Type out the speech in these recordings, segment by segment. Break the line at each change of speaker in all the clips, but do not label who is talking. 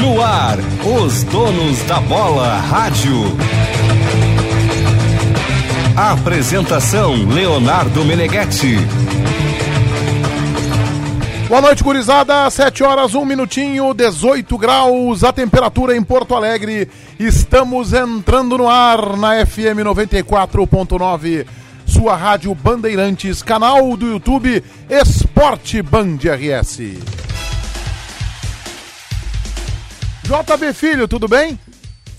No ar, os donos da bola rádio. Apresentação Leonardo Meneghetti.
Boa noite, gurizada. 7 horas, 1 minutinho, 18 graus, a temperatura em Porto Alegre. Estamos entrando no ar na FM 94.9, sua rádio Bandeirantes, canal do YouTube Esporte Band RS. JB Filho, tudo bem?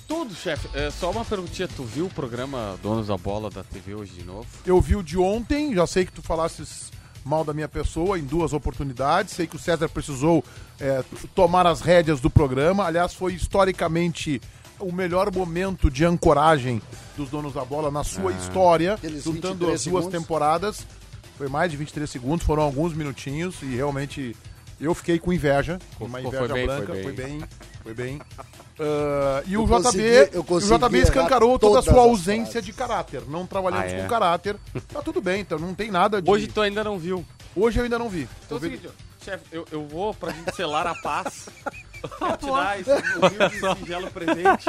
Tudo, chefe. É, só uma perguntinha, tu viu o programa Donos da Bola da TV hoje de novo?
Eu vi o de ontem, já sei que tu falasses mal da minha pessoa em duas oportunidades. Sei que o César precisou é, tomar as rédeas do programa. Aliás, foi historicamente o melhor momento de ancoragem dos donos da bola na sua história,
Aqueles
juntando
23
as duas
segundos.
temporadas. Foi mais de 23 segundos, foram alguns minutinhos e realmente eu fiquei com inveja. Uma
ficou-
inveja
foi bem,
branca,
foi
foi bem,
bem.
foi bem. Ah, e o
Eu
JB,
consegui-
e
eu
o
consegui
JB
errar
escancarou toda a
todas
sua
as
ausência
frases.
é de caráter. Não trabalhamos
Ah, é?
com caráter. Tá tudo bem, então não tem nada de.
Hoje tu ainda não viu.
Hoje eu ainda não vi.
Então
Vou
é o
ver-
seguinte, ó, chefe, eu, eu vou pra gente selar a paz. pra te dar esse rio de singelo presente.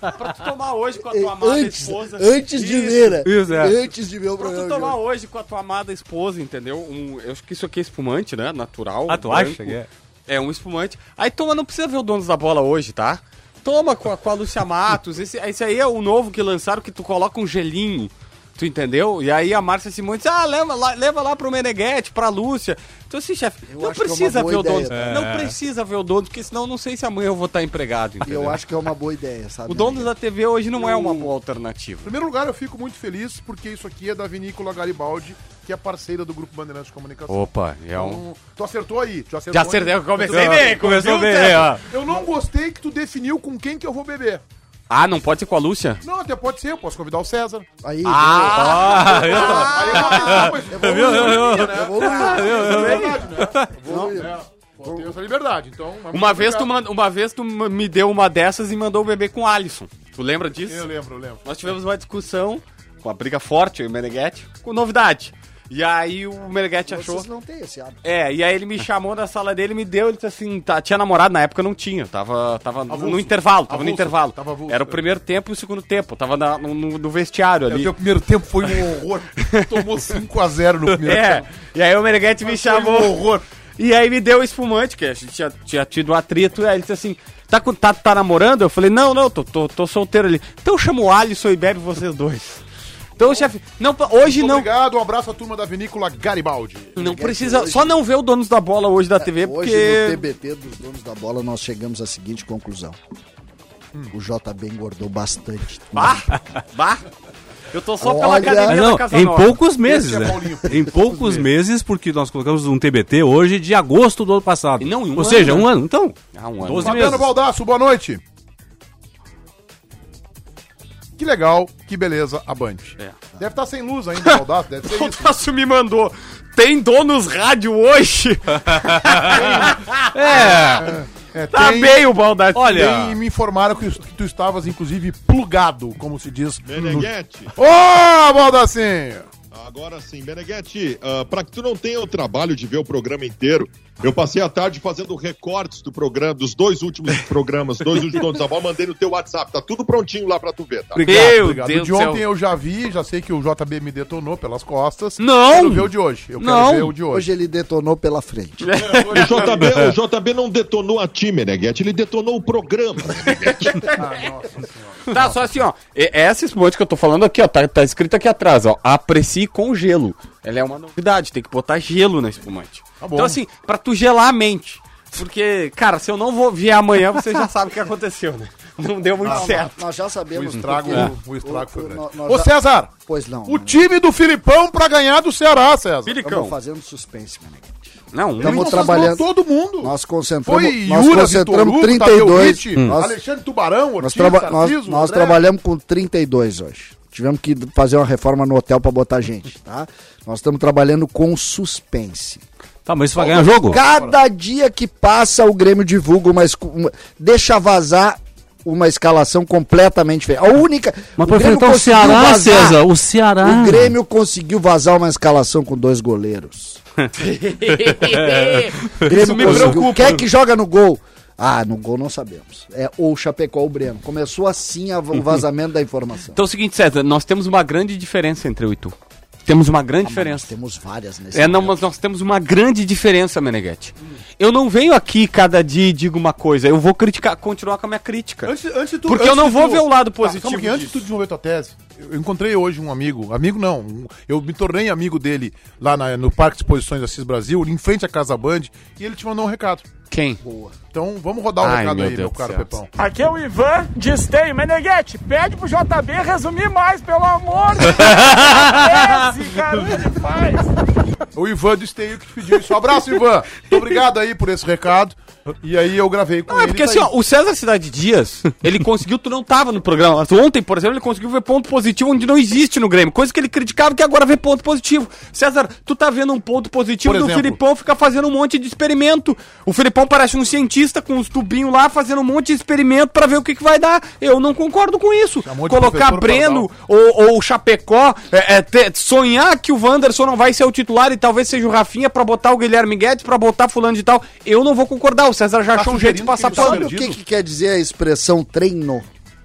Pra tu tomar hoje com a tua amada
Antes,
esposa.
antes de
Isso.
ver, né?
Isso, é.
antes de ver o
Pra
programa.
tu
de
tomar um.
hoje.
hoje com a tua amada esposa, entendeu? Um, eu acho que isso aqui é espumante, né? Natural.
Ah, tu
branco.
acha que é?
É um espumante. Aí toma, não precisa ver o Donos da Bola hoje, tá? Toma com a, com a Lúcia Matos. Esse, esse aí é o novo que lançaram, que tu coloca um gelinho. Tu entendeu? E aí a Márcia Simões diz, ah, leva lá, leva lá pro Meneghete, pra Lúcia. Então assim, chefe,
Eu
não
acho que é uma
precisa
boa
ver o
ideia,
Donos.
tá?
É.
Não precisa ver o Donos, porque senão eu não sei se amanhã eu vou estar empregado,
E
entendeu?
eu acho que é uma boa ideia, sabe?
O Donos
amigo?
da TV hoje não é uma boa alternativa.
Em primeiro lugar, eu fico muito feliz porque isso aqui é da Vinícola Garibaldi, que é parceira do Grupo Bandeirantes de Comunicação.
Opa, é um...
Então, tu acertou aí. Tu acertou
Já
aí.
acertei, eu comecei
Eu-
bem, começou
Começou
bem,
bem,
é, ó.
Eu não gostei que tu definiu com quem que eu vou beber.
Ah, não pode ser com a Lúcia?
Não, até pode ser, eu posso convidar o César.
Aí,
Ah,
Aí eu vou pensar, mas eu vou-
eu, eu,
né?
viu?
eu,
Evoluiu,
eu tenho essa liberdade, né?
evoluiu.
Eu tenho essa liberdade, então... é
Uma
muito
vez, tu
obrigado.
mand- uma vez tu ma- me deu uma dessas e mandou o bebê com o Alisson. Tu lembra disso?
Eu lembro, eu lembro.
Nós tivemos uma discussão, uma briga forte, eu e o Meneghetti, com novidade. E aí o Meneghetti achou...
Vocês não têm esse hábito.
É, e aí ele me chamou na sala dele, me deu, ele disse assim, tá, tinha namorado na época, eu não tinha, tava, tava no intervalo, tava no
Avulso.
intervalo.
Tava avulso.
Era o primeiro tempo e o segundo tempo, tava na- no, no- no vestiário
O
ali.
teu primeiro tempo foi um horror. Tomou 5x0 no primeiro
É,
tempo.
e aí o Meneghetti me chamou. E aí me deu o espumante, que a gente tinha, tinha tido um atrito. E aí ele disse assim: tá, com- tá, tá namorando? Eu falei: não, não, tô, tô, tô solteiro ali. Então chama o Alisson e bebe vocês dois. Então, chefe, não, pa- hoje não.
Obrigado, um abraço à turma da Vinícola Garibaldi.
Não precisa. Só não ver o donos da bola hoje da TV,
Hoje no
porque.
TBT dos donos da bola nós chegamos à seguinte conclusão.
Hum.
O JB engordou bastante.
Bah! Bah! Eu tô só pela
Olha-
academia
Não,
da Casa
em
Nova.
poucos meses,
Esse é
né?
Paulinho.
Em poucos meses, porque nós colocamos um TBT hoje de agosto do ano passado.
E não, em um
Ou seja,
ano, né?
um ano. Então,
Ah,
Tá
um ano.
12
Fabiano
meses.
Baldasso, boa noite. Que legal, que beleza a Band.
É.
Deve estar sem luz ainda, Baldasso, deve ser
O
isso.
Tasso me mandou. Tem donos rádio hoje?
É,
É,
Tá
tem-
bem o Baldassi.
olha.
tem- me informaram que, que tu estavas, inclusive, plugado, como se diz. no-
Beneguete,
Ô, Baldassinho!
agora sim, Beneguete, ah, pra que tu não tenha o trabalho de ver o programa inteiro, eu passei a tarde fazendo recortes do programa, dos dois últimos programas, dois últimos donos da bola, mandei no teu WhatsApp, tá tudo prontinho lá pra tu ver, tá?
Meu
Obrigado.
Deus
De
do céu.
ontem eu já vi, já sei que o JB me detonou pelas costas.
Não!
Quero ver o de hoje. Eu
Não!
quero ver o de hoje.
Hoje ele detonou pela frente.
O JB, o JB não detonou a ti, Beneguete, ele detonou o programa.
Tá, só assim, ó. E- Essa espumante que eu tô falando aqui, ó, tá, tá escrito aqui atrás, ó. Aprecie com gelo. Ela é uma novidade, tem que botar gelo na espumante.
bom.
Então, assim, pra tu gelar a mente. Porque, cara, se eu não vou vir amanhã, você já sabe o que aconteceu, né? Não deu muito
Não,
certo.
Nós já
É. O
sabemos.
estrago,
é
é,
porque
o estrago foi
o-
grande.
nó- nós
Ô,
já-
César!
Pois não.
O time do Filipão pra ganhar do Ceará, César.
Estamos
Pilicão.
fazendo suspense, meu amigo.
Tá Não, um- então
Tamo
muito-
trabalhando.
todo mundo.
Nós concentramos,
Foi
nós
Yura,
concentramos
Vitor Hugo,
32.
Tadeucci,
Nós,
Alexandre Tubarão,
Hum. nós,
Ortiz,
traba- nós-
Tarcísio,
nós
André.
trabalhamos com 32 hoje. Tivemos que fazer uma reforma no hotel pra botar gente, tá? Nós estamos trabalhando com suspense.
tá, mas isso vai ganhar jogo?
Cada dia que passa, o Grêmio divulga uma, escu- uma- deixa vazar uma escalação completamente diferente. A única.
Mas
o
pra
Grêmio
enfrentar o
conseguiu
Ceará, é
vazar-
César, o Ceará.
O Grêmio conseguiu vazar uma escalação com dois goleiros. O Grêmio
me
conseguiu.
preocupa.
Quem é que joga no gol? Ah, no gol não sabemos. É ou Chapecó ou Breno. Começou assim a- o vazamento da informação. Ah,
Então é o seguinte, César, nós temos uma grande diferença entre eu e tu. Temos uma grande
Nós
diferença.
temos várias nesse
É, não,
momento.
mas nós temos uma grande diferença, Meneghetti. Eu não venho aqui cada dia e digo uma coisa. Eu vou criticar, continuar com a minha crítica.
Antes, antes tu,
Porque
antes
eu não
de
vou ver o lado positivo
calma aqui, antes de
disso.
tu desenvolver tua tese, eu encontrei hoje um amigo, amigo não, um- eu me tornei amigo dele lá na- no Parque de Exposições Assis Brasil, em frente à Casa Band, e ele te mandou um recado.
Quem?
Então vamos rodar o
Ai,
recado
meu
aí,
Deus
meu
do
caro
céu.
Pepão.
Aqui é o Ivan de Esteio. Meneghete, pede pro JB resumir mais, pelo amor de Deus. Esse cara ele faz.
O Ivan do Esteio que te pediu isso. Um abraço, Ivan! Muito obrigado aí por esse recado. E aí eu gravei com
Não, é
ele.
porque
tá
assim,
aí.
ó, o César Cidade Dias, ele conseguiu, tu não tava no programa. Mas Ontem, por exemplo, ele conseguiu ver ponto positivo onde não existe no Grêmio. Coisa que ele criticava que agora vê ponto positivo. César, tu tá vendo um ponto positivo
Por
do
exemplo.
Filipão ficar fazendo um monte de experimento. O Filipão parece um cientista com uns tubinhos lá fazendo um monte de experimento pra ver o que, que vai dar. Eu não concordo com isso.
Chamou de
Colocar
professor
Breno ou, ou Chapecó, é, é, ter- sonhar que o Wanderson não vai ser o titular e talvez seja o Rafinha pra botar o Guilherme Guedes, pra botar fulano de tal. Eu não vou concordar. O César já achou um jeito de
Tá sugerindo
passar
que ele
pano.
Sabe o que, que quer dizer a expressão treino?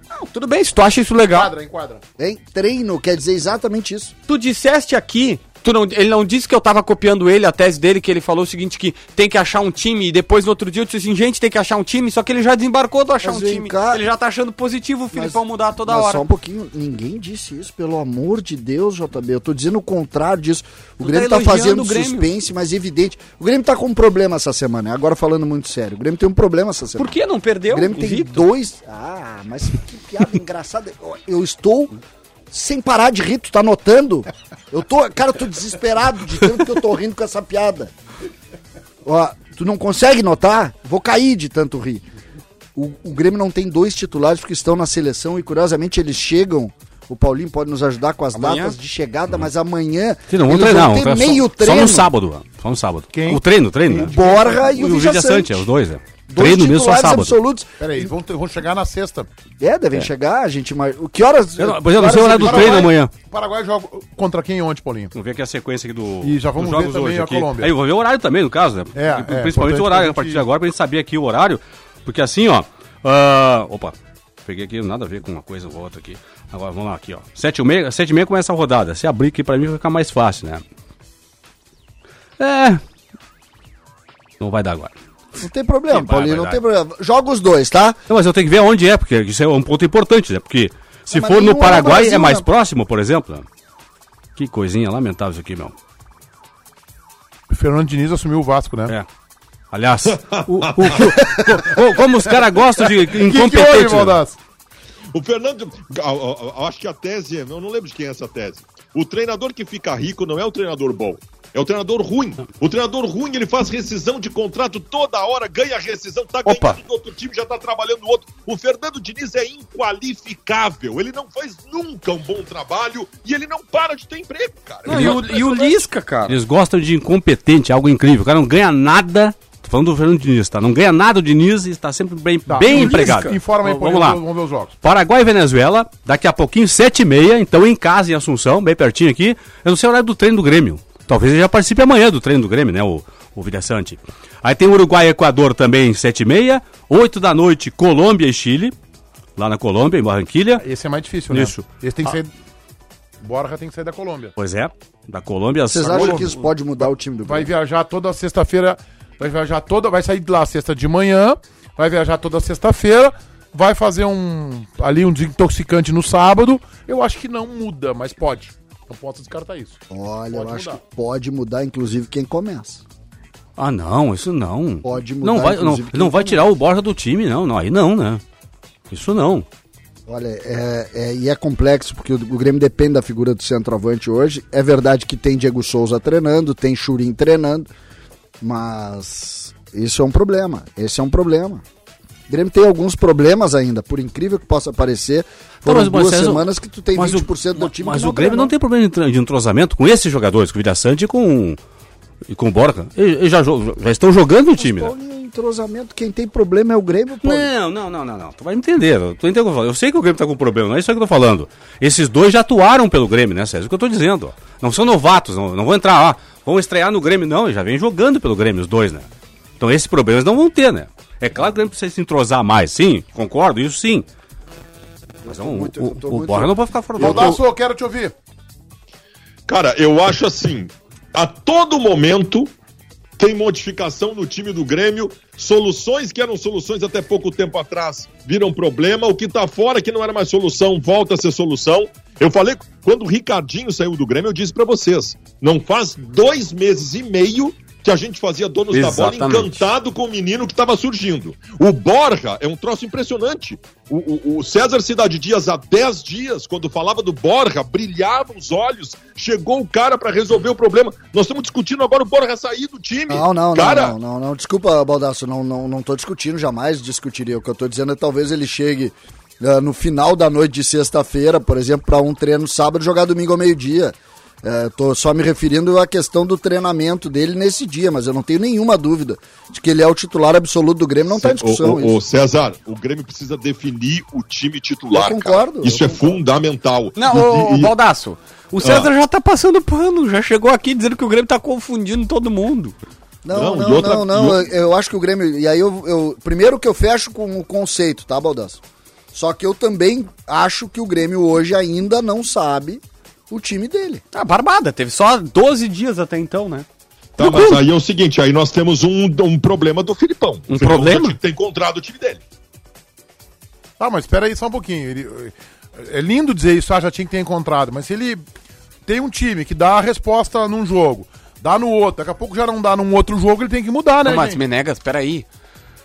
Não, tudo bem, se tu acha isso legal.
Enquadra, enquadra.
Hein? Treino quer dizer exatamente isso.
Tu disseste aqui, tu não, ele não disse que eu tava copiando ele, a tese dele, que ele falou o seguinte, que tem que achar um time, e depois no outro dia eu disse assim, gente, tem que achar um time, só que ele já desembarcou do achar
Mas
um
vem
time.
cá.
Ele já tá achando positivo o Filipão mudar toda
mas
hora.
Só um pouquinho, ninguém disse isso, pelo amor de Deus, JB. Eu tô dizendo o contrário disso. O
Tu
Grêmio
tá
tá,
elogiando
fazendo
o Grêmio.
suspense, mas evidente. O Grêmio tá com um problema essa semana, agora falando muito sério. O Grêmio tem um problema essa semana.
Por que não perdeu?
O Grêmio tem
invicto?
dois. Ah, mas que piada engraçada. Eu- Eu estou sem parar de rir, tu tá notando? Eu tô, cara, eu tô desesperado de tanto que eu tô rindo com essa piada. Ó, tu não consegue notar? Vou cair de tanto rir. O, o Grêmio não tem dois titulares que estão na seleção e curiosamente eles chegam. O Paulinho pode nos ajudar com as
Amanhã?
datas de chegada, mas amanhã
Sim, não, vamos
eles
treinar.
vão
vamos
ter
treinar.
meio
só,
treino.
Só no sábado. Só no sábado.
Quem?
O treino, o treino. né?
Borra e o,
E o Vidia
é,
Sante, os dois, né?
Dois
treino mesmo só
titulares
sábado.
absolutos.
Peraí, vão, ter- vão chegar na sexta.
É, devem chegar, a gente. Mas... O que horas.
Eu não- pois eu não
que
sei o
horas
horário do
eles-
treino amanhã.
Paraguai joga contra quem ontem, Paulinho?
Vamos ver aqui a sequência aqui do,
E já vamos
dos
ver também a
aqui.
Colômbia.
Aí eu vou ver o horário também, no caso, né?
É,
E-
é,
principalmente
importante
o
pra
horário,
gente-
a partir de agora, pra gente saber aqui o horário. Porque assim, ó. ah, opa, peguei aqui, nada a ver com uma coisa ou outra aqui. Agora vamos lá, aqui, ó. 7 e meia, 7 e meia começa a rodada. Se abrir aqui pra mim vai ficar mais fácil, né? É. Não vai dar agora.
Não tem problema,
Sim, vai,
Paulinho,
vai,
não
vai.
tem problema. Joga os dois, tá?
Não, mas eu tenho que ver onde é, porque isso é um ponto importante, né? Porque se
Não, mas
for no
nenhum é
Paraguai
Brasil,
é mais
né?
próximo, por exemplo. né? Que coisinha lamentável isso aqui, meu.
O Fernando Diniz assumiu o Vasco, né?
É. Aliás, o, o- o- o- como os caras gostam
Que
de
que houve,
incompetente. né?
Valdaz?
O Fernando. a- a- a- Acho que a tese. é- Eu não lembro de quem é essa tese. O treinador que fica rico não é o treinador bom. É o treinador ruim. O treinador ruim, ele faz rescisão de contrato toda hora, ganha rescisão, tá
Opa.
ganhando do outro time, já tá trabalhando no outro. O Fernando Diniz é inqualificável. Ele não faz nunca um bom trabalho e ele não para de ter emprego, cara.
Não, e, o, e o Lisca, cara.
Eles gostam de incompetente, algo incrível. O cara não ganha nada. Tô falando do Fernando Diniz, tá? Não ganha nada o Diniz e está sempre bem,
Tá,
bem empregado.
Informa aí,
vamos
Paulinho,
lá.
vamos ver os jogos.
Paraguai e Venezuela, daqui a pouquinho, 7h30, então em casa, em Assunção, bem pertinho aqui. Eu não sei o horário do treino do Grêmio. Talvez ele já participe amanhã do treino do Grêmio, né, o, o Vidaçante. Aí tem Uruguai e Equador também, 7h30. 8 da noite, Colômbia e Chile, lá na Colômbia, em Barranquilha.
Esse é mais difícil, né?
Isso. Ah.
Esse tem que sair. Borja tem que sair da Colômbia.
Pois é, da Colômbia.
Vocês
Agora-
acham que isso pode mudar o time do
Vai
Grêmio?
viajar toda sexta-feira. Vai viajar toda. Vai sair de lá sexta de manhã. Vai viajar toda sexta-feira. Vai fazer um. ali um desintoxicante no sábado. Eu acho que não muda, mas pode. Não posso descartar isso.
Olha, eu
Pode
acho
mudar.
que pode mudar, inclusive, quem começa.
Ah, não, isso não.
Pode mudar,
não vai, não,
inclusive,
não
quem
vai
tá
tirar o Borja do time, não, não. Aí não, né? Isso não.
Olha, é, é- e é complexo, porque o, o Grêmio depende da figura do centroavante hoje. É verdade que tem Diego Souza treinando, tem Churin treinando, mas isso é um problema. Esse é um problema. O Grêmio tem alguns problemas ainda, por incrível que possa parecer. Foram
Não, mas,
duas
mas,
semanas que tu tem
mas o-
20% do time
Mas
que né?
o Grêmio não
treinou.
tem problema de entran- de entrosamento com esses jogadores, com o Vida Sante e com, e com o Borja. Eles eles já, jo- já estão jogando no time, né?
Paulinho, entrosamento, quem tem problema é o Grêmio, Paulinho.
Não, não, não, não, não. Tu vai entender. Eu, tô entendendo o que eu, falo. eu sei que o Grêmio tá com problema, não é isso que eu tô falando. Esses dois já atuaram pelo Grêmio, né, César? É isso que eu tô dizendo. ó. Não são novatos, não, não vão entrar, ah, vão estrear no Grêmio, não. Eles já vêm jogando pelo Grêmio, os dois, né? Então esses problemas não vão ter, né? É claro que o Grêmio precisa se entrosar mais, sim, concordo, isso sim. Mas não,
muito-
o,
eu tô
o
muito-
Borja não pode ficar fora do jogo.
Baldasso, eu quero te ouvir.
Cara, eu acho assim, a todo momento tem modificação no time do Grêmio, soluções que eram soluções até pouco tempo atrás viram problema, o que tá fora que não era mais solução volta a ser solução. Eu falei, quando o Ricardinho saiu do Grêmio, eu disse pra vocês, não faz dois meses e meio que a gente fazia donos da bola
Exatamente.
encantado com o menino que estava surgindo. O Borja é um troço impressionante. O, o- o César Cidade Dias, há 10 dias, quando falava do Borja, brilhavam os olhos, chegou o cara para resolver o problema. Nós estamos discutindo agora o Borja sair do time.
Não, não,
cara,
não, não, não, não. Desculpa, Baldasso, não, não, não tô discutindo, jamais discutiria. O que eu tô dizendo é que talvez ele chegue eh, no final da noite de sexta-feira, por exemplo, para um treino sábado jogar domingo ao meio-dia. Eh, tô só me referindo à questão do treinamento dele nesse dia, mas eu não tenho nenhuma dúvida de que ele é o titular absoluto do Grêmio, não tá em discussão
Ô, ô,
isso.
ô, César, o Grêmio precisa definir o time titular.
Eu concordo,
cara.
eu
Isso é
concordo.
fundamental.
Não,
E-
ô,
e-
ô, Baldaço,
Ah.
o César já tá passando pano, já chegou aqui dizendo que o Grêmio tá confundindo todo mundo.
Não,
Não,
não,
e outra-
não, não.
e
Eu, eu acho que o Grêmio. E aí eu, eu- Primeiro que eu fecho com o conceito, tá, Baldasso? Só que eu também acho que o Grêmio hoje ainda não sabe o time dele.
Ah, barbada, teve só 12 dias até então, né?
Tá, mas aí é o seguinte, aí nós temos um, um problema do Filipão. O Filipão
problema?
já Tem encontrado o time dele.
Tá, mas espera aí só um pouquinho. Ele- é lindo dizer isso, ah, já tinha que ter encontrado, mas se ele tem um time que dá a resposta num jogo, dá no outro, daqui a pouco já não dá num outro jogo, ele tem que mudar, né?
Não, mas
gente?
Menegas, peraí.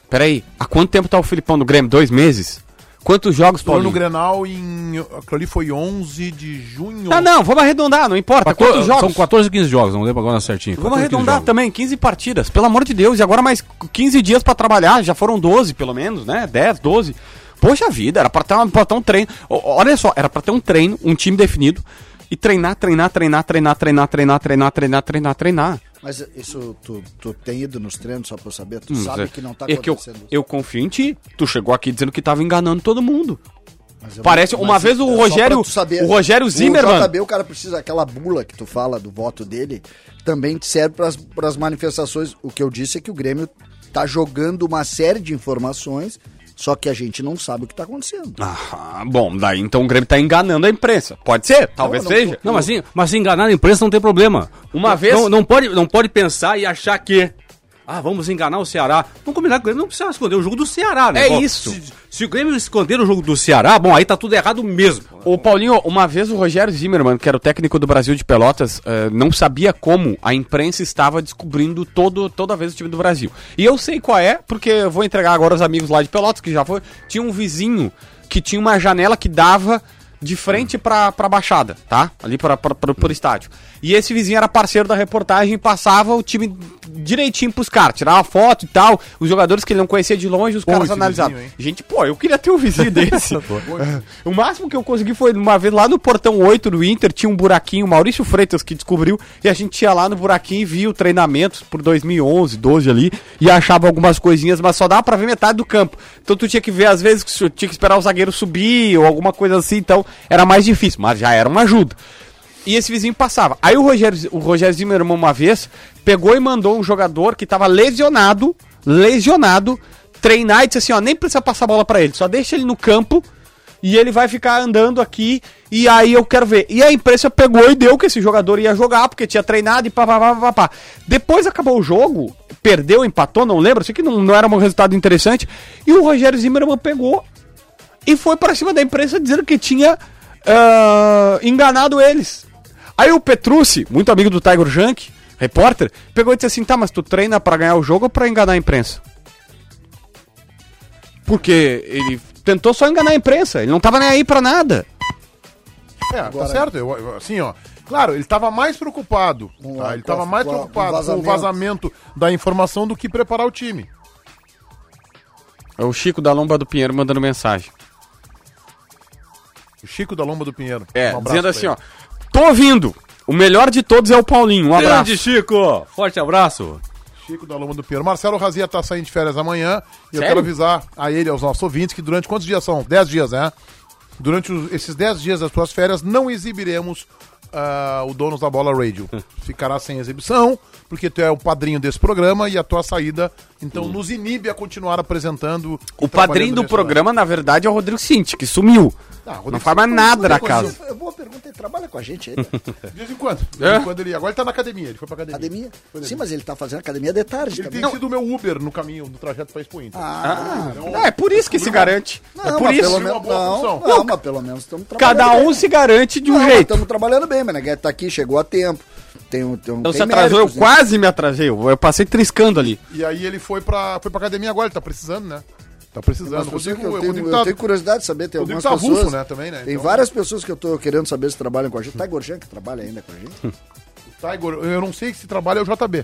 Peraí, há quanto tempo tá o Filipão no Grêmio? Dois meses? Quantos jogos,
Foi no
Paulinho?
Grenal em. Aquilo ali foi 11 de junho.
Tá,
Ah, não, vamos arredondar, não importa.
Quatro-
Quantos jogos?
Então. São 14 ou 15 jogos, não lembro agora certinho.
Vamos
14, 15
arredondar
jogos.
também, 15 partidas, pelo amor de Deus. E agora mais 15 dias pra trabalhar, já foram 12 pelo menos, né? 10, 12. Poxa vida, era pra ter, uma- pra ter um treino. O- Olha só, era pra ter um treino, um time definido. E treinar, treinar, treinar, treinar, treinar, treinar, treinar, treinar, treinar, treinar.
Mas isso, tu, tu tem ido nos treinos, só pra eu saber? Tu
Hum,
sabe
Zé,
que não tá
é que eu,
acontecendo isso.
eu confio em ti. Tu chegou aqui dizendo que tava enganando todo mundo.
Mas eu-
Parece- uma
mas
vez o
é só
Rogério-
pra tu saber.
o Rogério
O
Zimmermann-
JB, o cara precisa, aquela bula que tu fala do voto dele, também te serve pras, pras manifestações. O que eu disse é que o Grêmio tá jogando uma série de informações, só que a gente não sabe o que tá acontecendo.
Ah, bom, daí então o Grêmio tá enganando a imprensa. Pode ser, talvez
não,
seja.
Não, mas, se- mas se enganar a imprensa não tem problema.
Uma
Não-
vez-
Não, não, pode, não pode pensar e achar que. Ah, vamos enganar o Ceará. Vamos combinar que o Grêmio não precisa esconder o jogo do Ceará, né?
É
Bom,
isso.
Se, se o Grêmio esconder o jogo do Ceará, bom, aí tá tudo errado mesmo.
Ô Paulinho, uma vez o Rogério Zimmermann, que era o técnico do Brasil de Pelotas, eh, não sabia como a imprensa estava descobrindo todo, toda vez o time do Brasil. E eu sei qual é, porque eu vou entregar agora os amigos lá de Pelotas, que já foi. Tinha um vizinho que tinha uma janela que dava de frente pra, pra baixada, tá? Ali pra, pra, pra, pro estádio. E esse vizinho era parceiro da reportagem e passava o time direitinho pros caras, tirava foto e tal. Os jogadores que ele não conhecia de longe, os caras
esse
analisavam.
vizinho, hein?
Gente, pô, eu queria ter um vizinho desse. o máximo que eu consegui foi uma vez lá no portão 8 do Inter, tinha um buraquinho, Maurício Freitas que descobriu, e a gente ia lá no buraquinho e via o treinamento por 2011, 12 ali, e achava algumas coisinhas, mas só dava pra ver metade do campo. Então tu tinha que ver, às vezes, que tu tinha que esperar o zagueiro subir ou alguma coisa assim, então era mais difícil, mas já era uma ajuda. E esse vizinho passava. Aí o Rogério, o Rogério Zimmermann, uma vez, pegou e mandou um jogador que tava lesionado, lesionado, treinar e disse assim, ó, nem precisa passar a bola pra ele, só deixa ele no campo e ele vai ficar andando aqui e aí eu quero ver. E a imprensa pegou e deu que esse jogador ia jogar, porque tinha treinado e pá, pá, pá, pá, pá. Depois acabou o jogo, perdeu, empatou, não lembro, sei que não, não era um resultado interessante, e o Rogério Zimmermann pegou e foi pra cima da imprensa dizendo que tinha ah, enganado eles. Aí o Petrucci, muito amigo do Tiger Junk, repórter, pegou e disse assim: tá, mas tu treina pra ganhar o jogo ou pra enganar a imprensa? Porque ele tentou só enganar a imprensa, ele não tava nem aí pra nada.
É, tá certo. Eu, eu- assim, ó. Claro, ele estava mais preocupado.
Com
tá?
a-
Ele
com a-
estava mais
com a-
preocupado
com o
com o vazamento da informação do que preparar o time.
É o Chico da Lomba do Pinheiro mandando mensagem.
O Chico da Lomba do Pinheiro.
É,
Um abraço
dizendo
pra
assim:
ele.
ó, tô ouvindo. O melhor de todos é o Paulinho. Um abraço.
Grande Chico! Forte abraço!
Chico da Lomba do Pinheiro. Marcelo Razia tá saindo de férias amanhã. E eu
Sério?
quero avisar a ele, aos nossos ouvintes, que durante quantos dias são? 10 dias, né? Durante os- esses 10 dias das suas férias, não exibiremos ah, o Donos da Bola Radio.
Hum.
Ficará sem exibição, porque tu é o padrinho desse programa e a tua saída, então, nos inibe a continuar apresentando. e
Hum. O
trabalhando
padrinho do
nesse
programa, na verdade, é o Rodrigo Cinti, que sumiu.
Ah, Rodrigo
não faz mais
Cinti,
nada na
Rodrigo
casa.
É boa pergunta, ele trabalha com a gente ainda.
trabalho. De vez em quando. De vez
É?
em quando ele... Agora ele tá na academia, ele foi pra academia.
Academia? Sim, mas ele tá fazendo academia de tarde
Ele
também.
tem sido o meu Uber no caminho, no trajeto pra Expo Inter.
É, é por isso que se garante.
Não,
é por
mas
isso.
Pelo
Uma
menos,
boa
não,
função.
não, mas pelo menos estamos trabalhando
Cada um
bem.
se garante de um
Não, mas
jeito.
Estamos trabalhando bem, Meneghete tá aqui, chegou a tempo. Tem, um- tem, um-
Então
tem
se atrasou, eu
méritos, né?
quase me atrasei. Eu eu passei triscando ali.
E aí ele foi pra, foi pra academia agora, ele tá precisando, né? Tá
Mas
precisando.
por isso que
Rodrigo-
eu,
o
tenho,
Rodrigo
eu
tá-
tenho curiosidade de saber, tem
Rodrigo
algumas
tá
pessoas...
avulso, né, também, né?
Tem
Então-
várias pessoas que eu tô querendo saber se trabalham com a gente. Tá Gorjan que trabalha ainda com a gente?
tá, Igor, eu não sei se trabalha é o JB.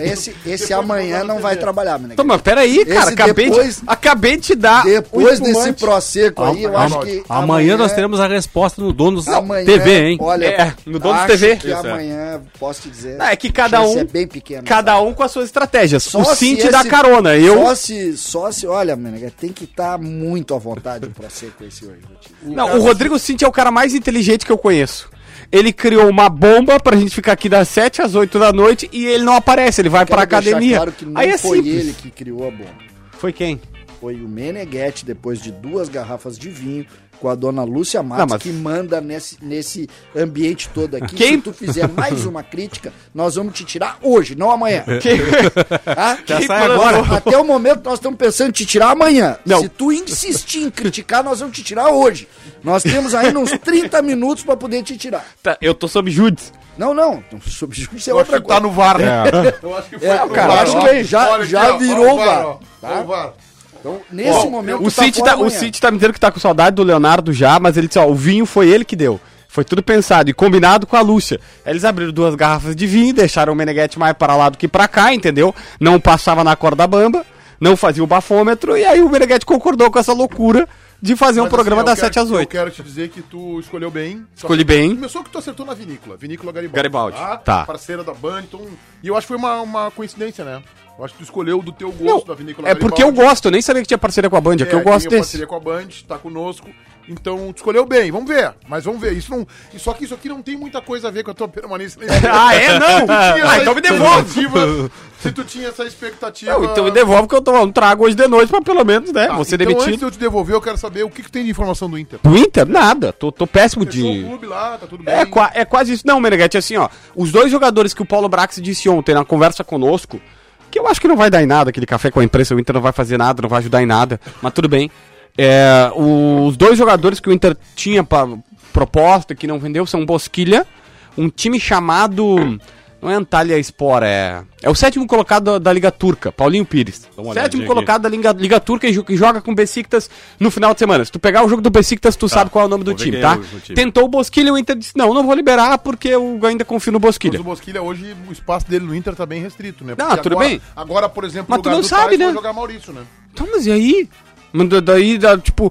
Esse, esse amanhã não vai trabalhar, Meneghete.
Então, mas peraí, cara.
Esse
Acabei,
depois-
de, acabei de te dar. um
Depois
o
desse
espumante.
prosecco aí, eu
Am-
acho que...
Amanhã nós teremos a resposta do Donos
Amanhã,
TV, hein?
Olha,
É, no Donos
acho
TV.
Que
Isso, é.
amanhã, posso te dizer.
Ah, é que cada
chance
um-
é bem pequena.
Cada um com as suas estratégias.
Só
o
se
Cinti
esse-
dá carona. Eu.
Só se, só se, olha, Meneghete, tem que estar muito à vontade pra ser com esse hoje. vou te dizer.
Não, o Rodrigo Cinti é o cara mais inteligente que eu conheço. Ele criou uma bomba pra gente ficar aqui das 7 às 8 da noite e ele não aparece, ele vai
Quero
pra
deixar
academia.
Claro que não
Aí é
foi
simples.
ele que criou a bomba.
Foi quem?
Foi o Meneghetti, depois de duas garrafas de vinho, com a dona Lúcia Matos,
Não, mas-
que manda nesse, nesse ambiente todo aqui.
Quem-
Se tu fizer mais uma crítica, nós vamos te tirar hoje, não amanhã.
Quem-
Tá?
Quem sai mandou? agora.
Até o momento nós estamos pensando em te tirar amanhã.
Não.
Se tu insistir em criticar, nós vamos te tirar hoje. Nós temos ainda uns 30 minutos para poder te tirar.
Tá, eu tô sob júdice.
Não, não. não, Subjudice é
Eu acho
outra
que tá
coisa.
no VAR, né? Eu acho que foi.
É,
pro
cara,
VAR,
acho
ó.
que já-
Olha aqui,
já
ó,
virou
ó o VAR,
o
ó. Ó o VAR.
Nesse momento,
O
tu tá
Cinti
fora
tá, o
amanhã.
Cinti tá me dizendo que tá com saudade do Leonardo já, mas ele disse, ó, o vinho foi ele que deu. Foi tudo pensado e combinado com a Lúcia. Eles abriram duas garrafas de vinho, deixaram o Meneghete mais para lá do que pra cá, entendeu? Não passava na corda bamba, não fazia o bafômetro, e aí o Meneghete concordou com essa loucura de fazer um
Mas,
programa
é
assim, eu
das
quero-
7 às
Eu
8.
quero te dizer que tu escolheu bem.
Escolhi bem.
Começou que tu acertou na vinícola, vinícola Garibaldi.
Garibaldi,
Tá.
tá.
Parceira da Band, então. E eu acho que foi uma, uma coincidência, né? Eu acho que tu escolheu do teu gosto da
Não,
vinícola
é porque eu gosto, eu nem sabia que tinha parceria com a Band, é, que eu
aqui
gosto
em
desse.
parceria com a Band, tá conosco. Então, tu escolheu bem, vamos ver. Mas vamos ver. Isso não, e só que isso aqui não tem muita coisa a ver com a tua permanência.
Ah, é? Não! Ah, então me devolve!
devolve! Se tu tinha essa expectativa.
Não, então me devolve que eu tomo um trago hoje de noite, pra pelo menos, né? Você
então, antes de
demitido.
eu te devolver, eu quero saber o que, que tem de informação do Inter.
Do Inter? Nada. Tô, tô péssimo
Fechou o
de.
clube lá, tá tudo bem.
É, qua- é quase isso. Não, Meneghete, assim, ó. Os dois jogadores que o Paulo Brax disse ontem na conversa conosco, que eu acho que não vai dar em nada, aquele café com a imprensa, o Inter não vai fazer nada, não vai ajudar em nada, mas tudo bem. É, os dois jogadores que o Inter tinha pra, proposta, que não vendeu, são Bosquilha, um time chamado. Não é Antalya Sport, é. É o sétimo colocado da, da Liga Turca, Paulinho Pires.
Dá uma
Sétimo
olhadinha aqui.
colocado da Liga, Liga Turca e, jo- e joga com Besiktas no final de semana. Se tu pegar o jogo do Besiktas, tu sabe qual é o nome do
Vou ver
time,
quem
tá?
é o- o time.
Tentou o Bosquilha e o Inter disse: não, não vou liberar porque eu ainda confio no
Mas
Bosquilha.
o Bosquilha hoje, o espaço dele no Inter tá bem restrito, né?
Não,
Porque
tudo
agora,
bem.
Agora, por exemplo,
Mas tu não sabe,
Tales
né?
foi jogar Maurício, né?
Então, mas e aí? Mas da- Daí, da- tipo,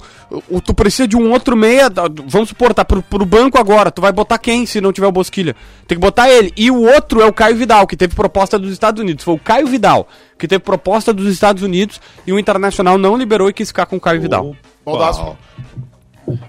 o- tu precisa de um outro meia. da- Vamos supor, tá pro, pro banco agora. Tu vai botar quem se não tiver o Bosquilha? Tem que botar ele. E o outro é o Caio Vidal, que teve proposta dos Estados Unidos. Foi o Caio Vidal, que teve proposta dos Estados Unidos e o Internacional não liberou e quis ficar com o Caio Vidal.
Baldasso.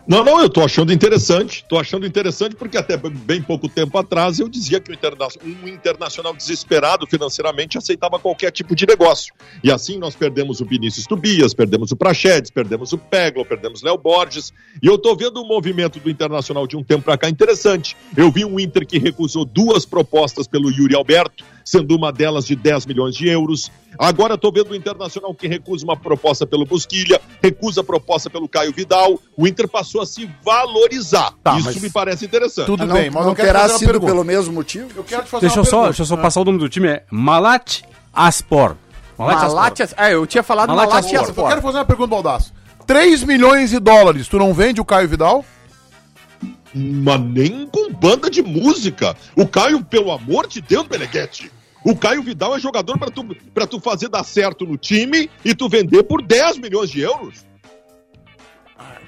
Não, não, eu tô achando interessante. Tô achando interessante porque até b- bem pouco tempo atrás eu dizia que o interna- um internacional desesperado financeiramente aceitava qualquer tipo de negócio. E assim nós perdemos o Vinícius Tobias, perdemos o Prachedes, perdemos o Peglo, perdemos Léo Borges. E eu tô vendo um movimento do Internacional de um tempo pra cá interessante. Eu vi um Inter que recusou duas propostas pelo Yuri Alberto, sendo uma delas de 10 milhões de euros. Agora eu tô vendo o Internacional que recusa uma proposta pelo Busquilha, recusa a proposta pelo Caio Vidal. O Inter passou a se valorizar.
Tá,
Isso
mas
me parece interessante.
Tudo
Ah, não,
bem, mas
não
eu quero
terá
fazer uma
sido
pergunta.
pelo mesmo motivo?
Eu quero te fazer
Deixa
uma
eu só,
pergunta.
deixa eu só passar o nome do time, é Malat Aspor.
Malatia. É, eu tinha falado
Malatia
Malatia
Sport.
Baldasso, Eu
Sport.
quero fazer uma pergunta, Baldasso. 3 milhões de dólares, tu não vende o Caio Vidal?
Mas nem com banda de música. O Caio, pelo amor de Deus, Beneguete. O Caio Vidal é jogador pra tu, pra tu fazer dar certo no time e tu vender por 10 milhões de euros.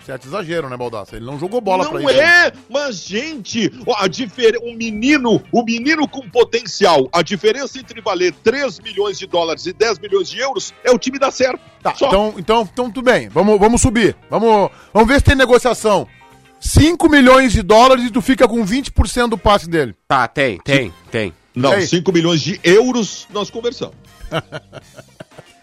Certo exagero, né, Baldasso? Ele não jogou bola pra
Não
ele.
é, mas gente, ó, a diferença, um menino, um menino com potencial, a diferença entre valer 3 milhões de dólares e 10 milhões de euros é o time dar certo.
Tá,
Só.
então, então, então tudo bem. Vamos, vamos subir. Vamos, vamos ver se tem negociação. 5 milhões de dólares e tu fica com 20% do passe dele.
Tá, tem, tem, tem.
Não,
Ei.
5 milhões de euros nós conversamos.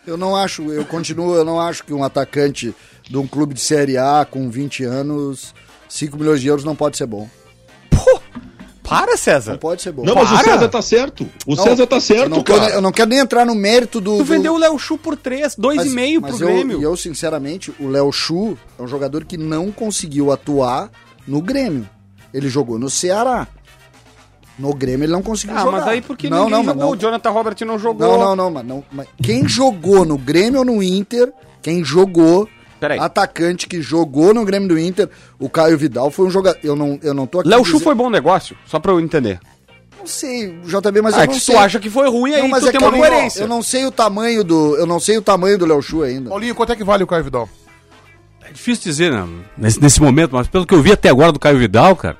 Eu não acho, eu continuo, eu não acho que um atacante de um clube de Série A com 20 anos, 5 milhões de euros não pode ser bom.
Para,
Não
César.
pode ser bom.
Não, mas o
Para!
César tá certo. O
Não,
César tá certo,
eu não
cara.
quero- eu não quero nem entrar no mérito do.
Tu
do-
vendeu um o Léo Chu por 3,
mas-
2,5
mas
pro
eu-
Grêmio.
E eu, sinceramente, o Léo Chu é um jogador que não conseguiu atuar no Grêmio. Ele jogou no Ceará. No Grêmio ele não conseguiu
Ah,
jogar.
mas aí porque
não,
ninguém
não, mas
jogou. O
não,
Jonathan Robert não jogou.
não, não, não, mas não. mas quem jogou no Grêmio ou no Inter, quem jogou,
Peraí.
atacante que jogou no Grêmio do Inter, o Caio Vidal foi um jogador. Eu não, eu não tô aqui.
Léo Chu
dizendo-
foi bom negócio, só pra eu entender.
Não sei, JB, mas
Ah,
eu
que
não
se
sei.
tu acha que foi ruim, aí
não, mas
tu
é
tem
que eu
uma
não-
coerência.
Eu não sei o tamanho do. Eu não sei o tamanho do Léo Chu ainda.
Paulinho, quanto é que vale o Caio Vidal?
É difícil dizer, né? Nesse, nesse momento, mas pelo que eu vi até agora do Caio Vidal, cara,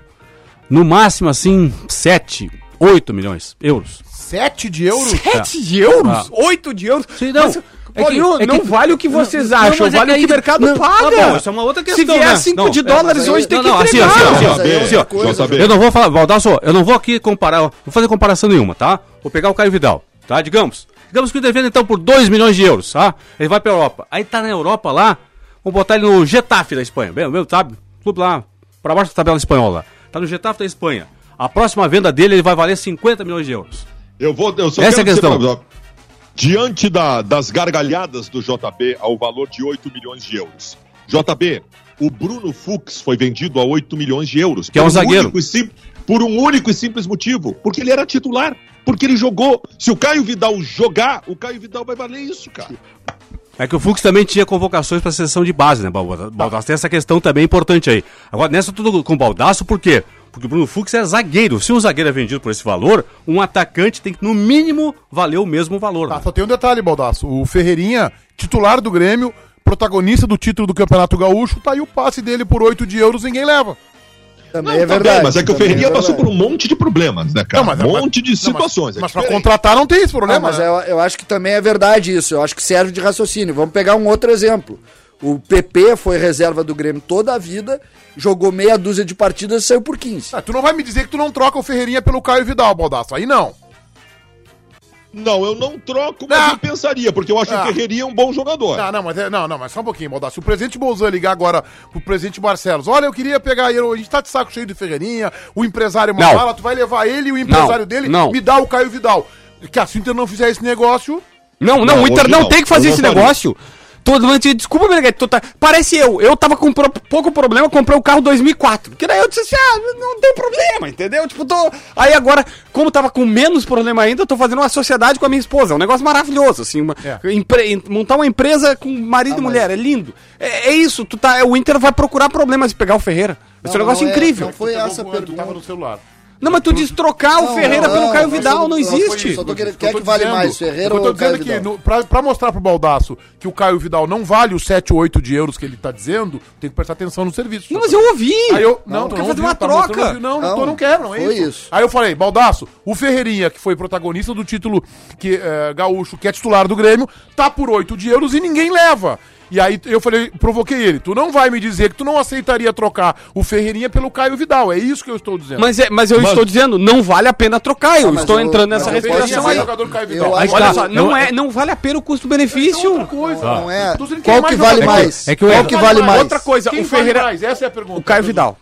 no máximo assim, 7, 8 milhões de euros.
7 de euros?
7 euros? 8 de euros?
Ah. Sim, não.
Mas,
É
Paulinho,
que- é
não
que-
vale o que vocês
Não,
acham,
mas é
vale
que
o
aí-
que o mercado
não,
paga.
tá bom, isso é uma outra
Se
questão,
vier
né?
5
Não,
de
é,
dólares
mas aí-
hoje, tem
não,
que
assim,
entregar.
assim,
Mas
assim, ó,
aí é
assim, ó,
outra coisa,
JB.
Eu não vou falar, Baldasso, eu não vou aqui comparar, não vou fazer comparação nenhuma, tá? Vou pegar o Caio Vidal, tá? Digamos. Digamos que o Inter vende então por 2 milhões de euros, tá? Ele vai pra Europa. Aí tá na Europa lá, vamos botar ele no Getafe da Espanha, bem, meu, sabe? Clube lá, pra baixo da tabela espanhola. Tá no Getafe da Espanha. A próxima venda dele, ele vai valer 50 milhões de euros.
Eu vou, eu
Essa
só
é a
dizer
questão.
pra- pra- diante da- das gargalhadas do JB ao um valor de 8 milhões de euros. JB, o Bruno Fux foi vendido a 8 milhões de euros.
Que é um
Por
zagueiro.
único e sim- por um único e simples motivo, porque ele era titular, porque ele jogou. Se o Caio Vidal jogar, o Caio Vidal vai valer isso, cara.
É que o Fux também tinha convocações para a seleção de base, né, Baldasso? Baldasso tem essa questão também importante aí. Agora, nessa tudo com o Baldasso, por quê? Porque o Bruno Fux é zagueiro. Se um zagueiro é vendido por esse valor, um atacante tem que, no mínimo, valer o mesmo valor.
Tá,
né?
só tem um detalhe, Baldaço. O Ferreirinha, titular do Grêmio, protagonista do título do Campeonato Gaúcho, tá aí o passe dele por 8 de euros, ninguém leva.
Também
Não,
é
tá
verdade.
bem, mas é que o
também
Ferreira
é
passou por
verdade.
um monte de problemas, né, cara?
Não, mas-
um monte de
Não, mas-
situações. é
Mas, pra
diferente.
contratar não tem esse
Ah,
problema.
mas
né?
eu, eu acho que também é verdade isso. Eu acho que serve de raciocínio. Vamos pegar um outro exemplo. O PP foi reserva do Grêmio toda a vida, jogou meia dúzia de partidas e saiu por 15.
Ah, tu não vai me dizer que tu não troca o Ferreirinha pelo Caio Vidal, Baldaço. Aí não.
Não, eu não troco, mas
Não.
eu pensaria, porque eu acho
Não.
que o Ferreirinha é um bom jogador.
Não, não, mas, é- não, não, mas só um pouquinho, Baldassi. Se o presidente Bolzan ligar agora pro presidente Barcelos, olha, eu queria pegar ele, a gente tá de saco cheio de Ferreirinha, o empresário é uma
Não.
bala, tu vai levar ele e o empresário dele,
não.
me dá o Caio Vidal. Que se o Inter não fizer esse negócio,
Não, não,
Não,
o Inter
hoje
não,
não.
tem que fazer
Eu não
esse
faria.
negócio. Todo mundo te desculpa, Meneghete, tu tá... parece eu. Eu tava com um pro- pouco problema, comprei o carro 2004. Que daí eu disse assim, ah, não tem problema, entendeu? Tipo, tô. Aí agora, como tava com menos problema ainda, eu tô fazendo uma sociedade com a minha esposa. É um negócio maravilhoso, assim. uma-
É.
empre- Montar uma empresa com marido e mulher, é lindo. É, é isso, tu tá... o Inter vai procurar problemas de pegar o Ferreira. Esse é um
Não,
negócio
não é-
incrível.
não foi essa a
tu tava
pergunta.
no celular.
Não, mas tu diz trocar o
Não,
Ferreira
não,
pelo Caio
mas
Vidal,
eu-
não
eu- eu-
existe.
Só tô querendo-
O
quem é
eu tô
que vale mais, Ferreira
o que eu
ou
tô dizendo
Caio
que,
Vidal?
no, pra, pra mostrar pro Baldaço que o Caio Vidal não vale os 7 ou 8 de euros que ele tá dizendo, tem que prestar atenção no serviço.
Não, mas eu ouvi.
Aí eu, não,
tu
tu
quer
não
fazer
ouviu,
uma
tá mostrando
troca.
que- Não, não,
Não,
tô, não quero, não é
foi
isso.
isso.
Aí eu falei, Baldaço, o Ferreirinha, que foi protagonista do título que, é, gaúcho, que é titular do Grêmio, tá por 8 de euros e ninguém leva. E aí eu falei, provoquei ele, tu não vai me dizer que tu não aceitaria trocar o Ferreirinha pelo Caio Vidal, é isso que eu estou dizendo.
Mas, é- mas eu
Mas-
estou dizendo, não vale a pena trocar. Eu
Ah, mas
estou
eu-
entrando nessa
mas eu posso
respiração aí.
dizer-
jogador Caio
eu
Vidal.
acho que-
Olha
Tá,
só,
eu-
não, é, não vale a pena o custo-benefício.
coisa.
Tá,
Não é.
Tô dizendo que
Qual
é
que
mais
vale
jogador.
mais?
É que o-
Qual que vale mais?
Outra coisa,
Quem
o Ferreira.
vale mais? Essa é a pergunta.
O Caio Vidal.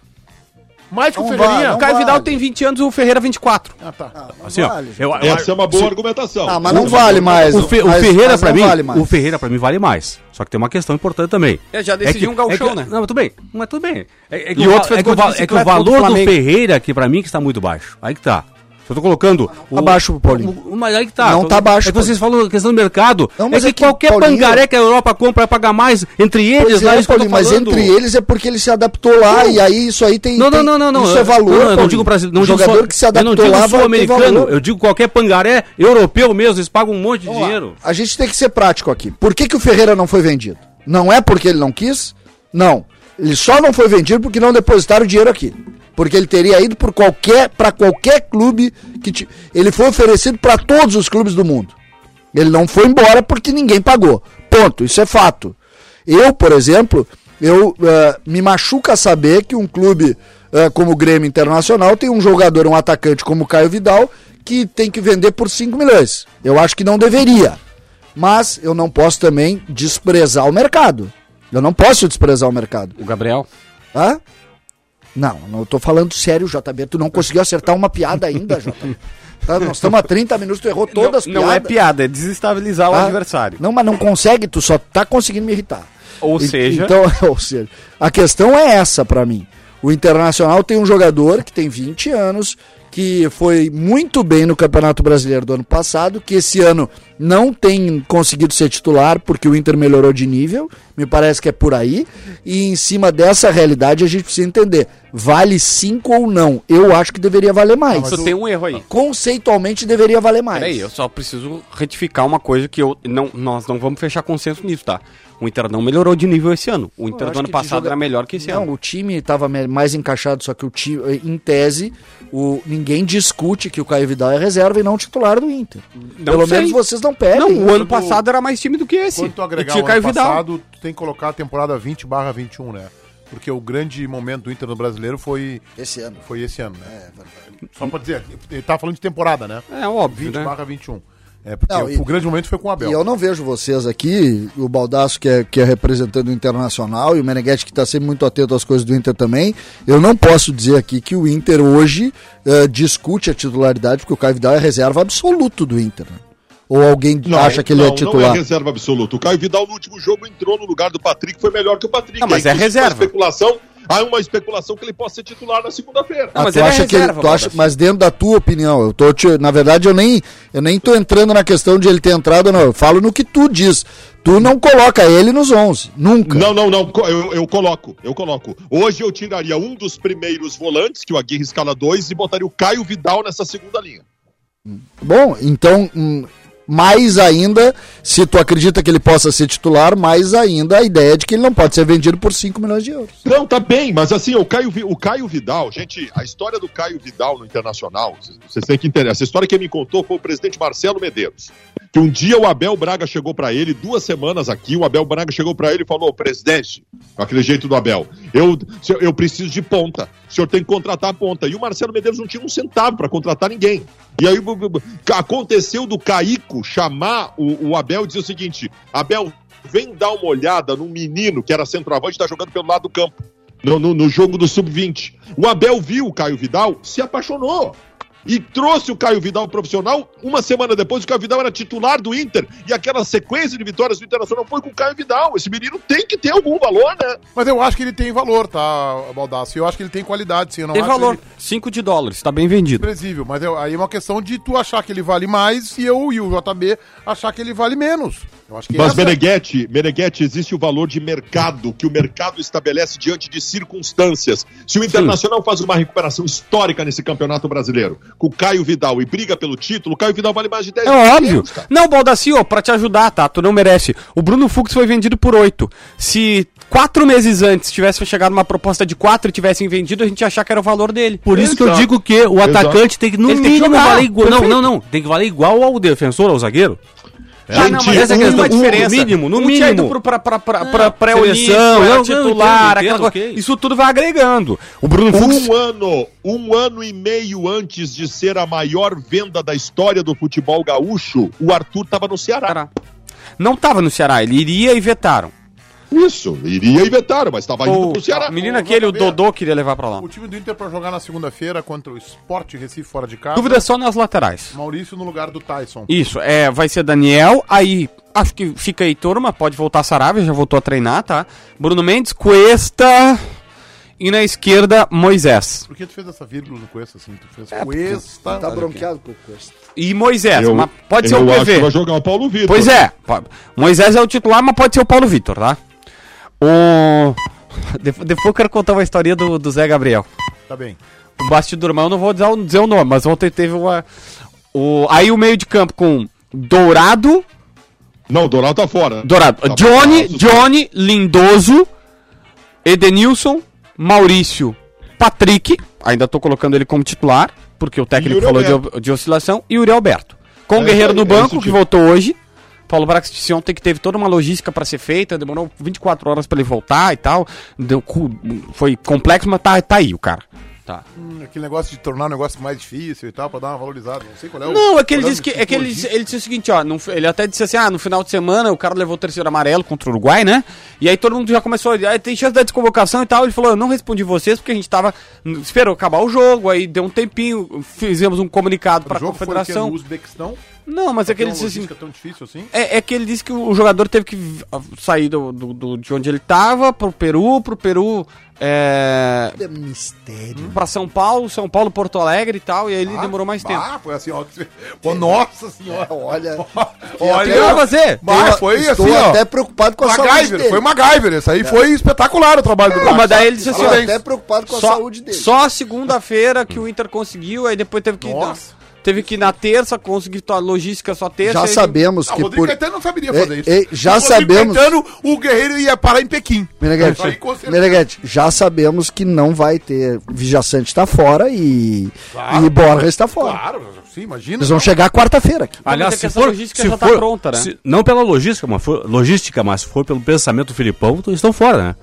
Mais que o
Não
Ferreirinha?
vale,
O Caio
vale.
Vidal tem 20 anos, o Ferreira 24.
Ah, tá.
Assim, ó,
vale,
eu- eu acho-
Essa é uma boa argumentação.
Ah, mas não vale mais.
o, Fe- o
mas-
Ferreira
mas
pra
não
mim,
vale mais.
o Ferreira pra mim vale mais. Só que tem uma questão importante também.
É, já decidiu um gauchão,
que-
né?
Não, mas tudo bem. Mas tudo bem. É, é que
E
o,
outro
va-
fez
é que
gol
o,
de
va- é que
bicicleta
o
contra o
valor do
Flamengo.
Ferreira aqui pra mim que está muito baixo. Aí que tá. Eu tô colocando. o-
abaixo, Paulinho.
o- Mas aí que tá.
Não
Tô-
tá baixo,
É que vocês falam a questão do mercado.
Não,
é
mas
que,
é que,
qualquer
Paulinho-
pangaré que a Europa compra vai pagar mais entre eles
Pois
lá.
é,
isso que eu tô
Paulinho, mas
falando.
entre eles é porque ele se adaptou lá e aí isso aí tem.
Não, não,
tem-
não, não, não.
Isso é valor.
Não, eu não
Paulinho.
digo Brasil, não
O
digo
jogador
só-
que se
eu não
adaptou
digo
lá vai ter
sul-americano,
valor.
eu digo qualquer pangaré europeu mesmo, eles pagam um monte de
Vamos lá.
dinheiro.
A gente tem que ser prático aqui. Por que, que o Ferreira não foi vendido? Não é porque ele não quis? Não. Ele só não foi vendido porque não depositaram o dinheiro aqui. Porque ele teria ido por qualquer para qualquer clube que ti- ele foi oferecido para todos os clubes do mundo. Ele não foi embora porque ninguém pagou. Ponto. Isso é fato. Eu, por exemplo, Eu eh, me machuca saber que um clube eh, como o Grêmio Internacional tem um jogador, um atacante como o Caio Vidal, que tem que vender por 5 milhões. Eu acho que não deveria. Mas eu não posso também desprezar o mercado. Eu não posso desprezar o mercado.
O Gabriel.
Hã? Não, não eu tô falando sério, JB. Tu não conseguiu acertar uma piada ainda, JB. Tá, nós estamos há 30 minutos, tu errou todas
não, não é piada, é desestabilizar o
tá?
adversário.
Não, mas não consegue, tu só tá conseguindo me irritar.
Ou
E-
seja,
Então, ou seja, a questão é essa pra mim. O Internacional tem um jogador que tem 20 anos, que foi muito bem no Campeonato Brasileiro do ano passado, que esse ano não tem conseguido ser titular porque o Inter melhorou de nível, me parece que é por aí. E em cima dessa realidade a gente precisa entender, vale 5 ou não? Eu acho que deveria valer mais.
só tem um erro aí.
Conceitualmente deveria valer mais.
Peraí, eu só preciso retificar uma coisa que eu não, nós não vamos fechar consenso nisso, tá? O Inter não melhorou de nível esse ano. O
Eu
Inter
acho
do ano
que
passado
joga-
era melhor que esse
não,
ano.
o time estava mais encaixado, só que o time, em tese, o, ninguém discute que o Caio Vidal é reserva e não titular do Inter. Pelo
sei.
menos vocês não pedem.
Não, o ano
do-
passado era mais time do que esse.
Quanto agregar
E tinha
o ano
Caio Vidal.
passado, tu tem que colocar a temporada 20 barra 21, né? Porque o grande momento do Inter no Brasileiro foi,
Esse ano.
foi esse ano,
É,
né? Só pra dizer, ele tava falando de temporada, né?
É óbvio,
20
né?
barra 21. É, porque
Não,
o,
e-
o grande momento foi com o Abel.
E eu não vejo vocês aqui, o Baldaço que é, que é representando o Internacional e o Meneghetti que está sempre muito atento às coisas do Inter também. Eu não posso dizer aqui que o Inter hoje eh, discute a titularidade, porque o Caio Vidal é reserva absoluto do Inter. né? Ou alguém acha que ele é titular.
Não é reserva absoluta. O Caio Vidal no último jogo entrou no lugar do Patrick, foi melhor que o Patrick.
Não, mas
Aí
é
existe
reserva.
Uma especulação, há uma especulação que ele possa ser titular na segunda-feira.
Não,
Ah,
mas
tu
ele é
acha que
reserva,
ele, tu acha,
Baldassio.
mas dentro da tua opinião, eu tô te- na verdade eu nem eu nem tô entrando na questão de ele ter entrado ou não, eu falo no que tu diz. Tu não coloca ele nos 11, nunca.
Não, não, não. co- Eu, eu coloco, eu coloco. Hoje eu tiraria um dos primeiros volantes, que o Aguirre escala dois, e botaria o Caio Vidal nessa segunda linha.
Bom, então hum, mais ainda, se tu acredita que ele possa ser titular, mais ainda a ideia de que ele não pode ser vendido por 5 milhões de euros.
Não, tá bem, mas assim, o Caio, Vi- o Caio Vidal, gente, a história do Caio Vidal no Internacional, c- vocês têm que entender, essa história que me contou foi o presidente Marcelo Medeiros, que um dia o Abel Braga chegou pra ele, duas semanas aqui, o Abel Braga chegou pra ele e falou, presidente, com aquele jeito do Abel, eu, se- eu preciso de ponta, o senhor tem que contratar a ponta, e o Marcelo Medeiros não tinha um centavo pra contratar ninguém, e aí bu- bu- bu- aconteceu do Caico chamar o, o Abel e dizer o seguinte, Abel, vem dar uma olhada num menino que era centroavante, tá jogando pelo lado do campo, no, no- no jogo do Sub-20. O Abel viu o Caio Vidal, se apaixonou. E trouxe o Caio Vidal profissional. Uma semana depois, o Caio Vidal era titular do Inter. E aquela sequência de vitórias do Internacional foi com o Caio Vidal. Esse menino tem que ter algum valor, né?
Mas eu acho que ele tem valor, tá, Baldaço? Eu acho que ele tem qualidade, sim. Eu não
Tem
acho
valor.
ele
5 de dólares, tá bem vendido.
desprezível. Mas eu- aí é uma questão de tu achar que ele vale mais e eu e o JB achar que ele vale menos. Eu acho que
Mas,
essa- é
Meneghetti, Meneghetti, existe o valor de mercado que o mercado estabelece diante de circunstâncias. Se o Internacional faz uma recuperação histórica nesse campeonato brasileiro, com o Caio Vidal e briga pelo título, o Caio Vidal vale mais de 10
É óbvio. Não, Baldacio, pra te ajudar, tá? Tu não merece. O Bruno Fux foi vendido por 8. Se quatro meses antes tivesse chegado uma proposta de 4 e tivessem vendido, a gente ia achar que era o valor dele.
Por isso que eu
Exato.
digo que o
Exato.
atacante tem que, no
Ele tem que
mínimo,
jogar,
valer igual. Não,
perfeito.
não, não. Tem que valer igual ao defensor, ao zagueiro.
Ah, não, mas essa é a
um-
questão.
um-
diferença.
no mínimo, no
Um tinha
mínimo.
ido pro- pra, pra, pra, pra, pra
seleção,
Olímpia, era
não, não,
titular,
entendo, entendo,
aquela coisa.
ok.
Isso tudo vai agregando. O Bruno Fux.
Um ano, um ano e meio antes de ser a maior venda da história do futebol gaúcho, o Arthur estava no Ceará.
Ceará. Não tava no Ceará, ele iria e vetaram.
Isso, iria e vetaram, mas estava indo
O,
pro Ceará.
o menino aquele, o Dodô, queria levar pra lá.
O time do Inter pra jogar na segunda-feira contra o Sport Recife fora de casa.
Dúvida só nas laterais.
Maurício no lugar do Tyson.
Isso, é, vai ser Daniel, aí acho que fica Heitor, mas pode voltar Saravia, já voltou a treinar, tá? Bruno Mendes, Cuesta e na esquerda Moisés.
Por que tu fez essa vírgula no Cuesta, assim? Tu fez
porque-
Cuesta...
Tá bronqueado com o Cuesta.
E Moisés,
Eu-
mas pode ser o
eu acho que
PV.
vai jogar o Paulo Vitor.
Pois é, po- Moisés é o titular, mas pode ser o Paulo Vitor, tá? O... Depois, depois eu quero contar uma historinha do, do Zé Gabriel.
Tá bem.
O bastidor, mas eu não vou dizer o, dizer o nome, mas ontem teve uma... O... Aí o meio de campo com Dourado,
Não, o Dourado tá fora.
Dourado.
Tá
Johnny,
fora.
Johnny, Lindoso, Edenilson, Maurício, Patrick, ainda tô colocando ele como titular, porque o técnico
Yuri
falou de, de oscilação, e Uri Alberto. Com o
É
Guerreiro
isso aí,
do
é isso,
Banco, que
tio.
voltou hoje, Paulo Brax disse ontem que teve toda uma logística pra ser feita, demorou 24 horas pra ele voltar e tal. Deu cu- foi complexo, mas tá, tá aí o cara. Tá.
Hum, Aquele negócio de tornar o negócio mais difícil e tal, pra dar uma valorizada. Não sei qual é o.
Não, é que ele
qual o
disse que. É que
tipo
ele,
de-
disse- ele disse o seguinte, ó. não foi- ele até disse assim: ah, no final de semana o cara levou o terceiro amarelo contra o Uruguai, né? E aí todo mundo já começou. Ah, tem chance da desconvocação e tal. Ele falou: eu não respondi vocês porque a gente tava. Esperou acabar o jogo, aí deu um tempinho, fizemos um comunicado pra
O jogo foi o quê?
confederação.
no Uzbequistão.
Não, mas é que
Aquele
ele disse assim.
tão difícil assim.
É, é que ele disse que o jogador teve que vi- a- sair do, do- do- de onde ele tava pro Peru, pro Peru. É,
É mistério.
pra São Paulo, São Paulo, Porto Alegre e tal, e aí ele
Ah,
demorou mais tempo.
Ah, foi assim, ó. Pô, nossa senhora.
Olha.
Tem o que
Olha.
fazer?
Mas
eu
foi
estou
assim, ó.
até preocupado com a saúde
MacGyver,
dele.
foi MacGyver. Isso aí foi espetacular o trabalho do
Não, mas
Brax.
daí ele disse assim,
Estou
ó,
até preocupado com a
só,
saúde dele.
só a segunda-feira que o Inter conseguiu, aí depois teve que ir na,
Nossa.
teve que ir na terça, conseguir tua logística só terça.
Já né?
aí-
sabemos
Ah, o
que
Rodrigo
por...
Caetano não saberia
É,
fazer isso.
é, já
Se o Rodrigo
sabemos.
Caetano, o Guerreiro ia parar em Pequim.
Meneghete,
Isso aí, com certeza.
Meneghete, já sabemos que não vai ter. Vijaçante está fora e, e Borges está fora.
Claro, sim, imagina.
Eles vão chegar quarta-feira aqui.
Não, mas
Aliás,
é que
se
essa
for,
logística
se
já tá
for-
pronta, né?
se- não pela logística, mas for, logística, mas for pelo pensamento do Filipão, t- estão fora, né?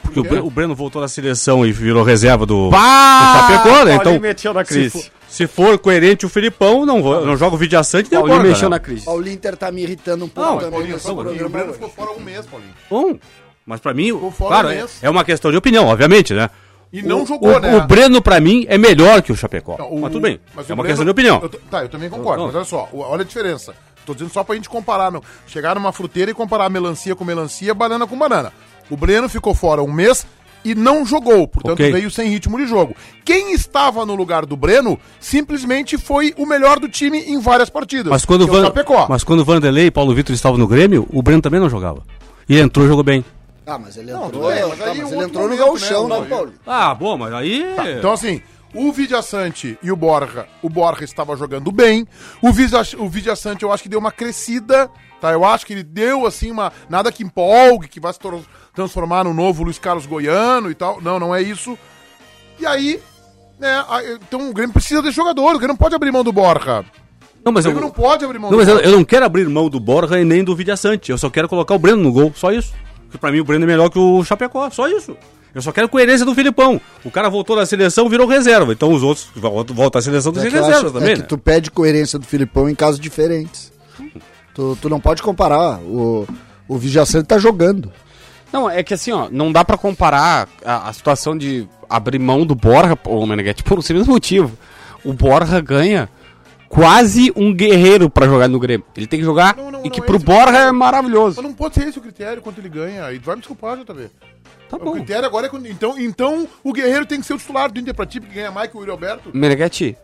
Porque o Bre- o Breno, voltou da seleção e virou reserva do,
Pá!
do Chapecó, né?
Paulinho
Então,
mexeu na
se
crise.
for, se for coerente o Filipão, não, vo- não joga o vídeo assante nem o
Paulinho
Borja,
mexeu
né?
na crise.
O Inter tá me irritando um pouco
Não,
também
Paulinho,
nesse
só um pouquinho. O
programa
Breno
hoje.
ficou fora um mês, Paulinho.
Bom, mas pra mim,
fora
claro,
um
é,
mês.
é uma questão de opinião, obviamente, né?
E não
O-
jogou,
o,
né?
O Breno, pra mim, é melhor que o Chapecó.
Não, o-
mas tudo bem,
mas
é
o
uma
Breno-
questão de opinião.
eu tô- tá, eu também concordo,
Não.
mas olha só, o- olha a diferença. Tô dizendo só pra gente comparar, não. chegar numa fruteira e comparar melancia com melancia, banana com banana. O Breno ficou fora um mês e não jogou, portanto
Ok.
veio sem ritmo de jogo. Quem estava no lugar do Breno simplesmente foi o melhor do time em várias partidas.
Mas quando, o
que é o
Van...
Chapecó.
mas quando o Vanderlei e Paulo Vitor estavam no Grêmio, o Breno também não jogava. E entrou e jogou bem.
Ah, mas ele
Não,
entrou,
tudo bem, mas
tá,
aí
mas
o
ele
outro
entrou no
momento,
galchão,
né,
né,
Paulo?
Paulo?
Ah, bom, mas aí.
Tá,
é-
Então, assim, o Vidiaçante e o Borja, o Borja estava jogando bem. O, Visa, o Vidiaçante, eu acho que deu uma crescida, tá? Eu acho que ele deu, assim, uma. Nada que empolgue, que vai se tor- transformar no novo Luiz Carlos Goiano e tal. Não, não é isso. E aí. né? a- então o Grêmio precisa desse jogador, o Grêmio não pode abrir mão do Borja.
não, mas
O Grêmio não pode abrir mão
Não,
do
mas eu,
Borja.
eu não quero abrir mão do Borja e nem do Vidiaçante. Eu só quero colocar o Breno no gol, só isso. Porque pra mim o Breno é melhor que o Chapecó, só isso. Eu só quero coerência do Filipão. O cara voltou da seleção, virou reserva. Então os outros que vol- voltam à seleção,
É
tem
que, eu
reserva
acho- é
também.
que
né?
tu pede coerência do Filipão em casos diferentes. Tu, tu não pode comparar. O, o Vijaçante tá jogando.
Não, é que assim, ó, não dá pra comparar a, a situação de abrir mão do Borja, ô Meneghete, por um simples motivo. O Borja ganha quase um guerreiro pra jogar no Grêmio. Ele tem que jogar
Não, não,
e que
não,
pro
esse-
Borja é
Mas
maravilhoso.
não pode ser esse o critério quanto ele ganha. E tu vai me desculpar, JB.
Tá
O
bom.
critério agora é quando. Então, então o Guerreiro tem que ser o titular do Inter pra ti, porque ganha Mike e o Yuri Alberto.
Meneghete,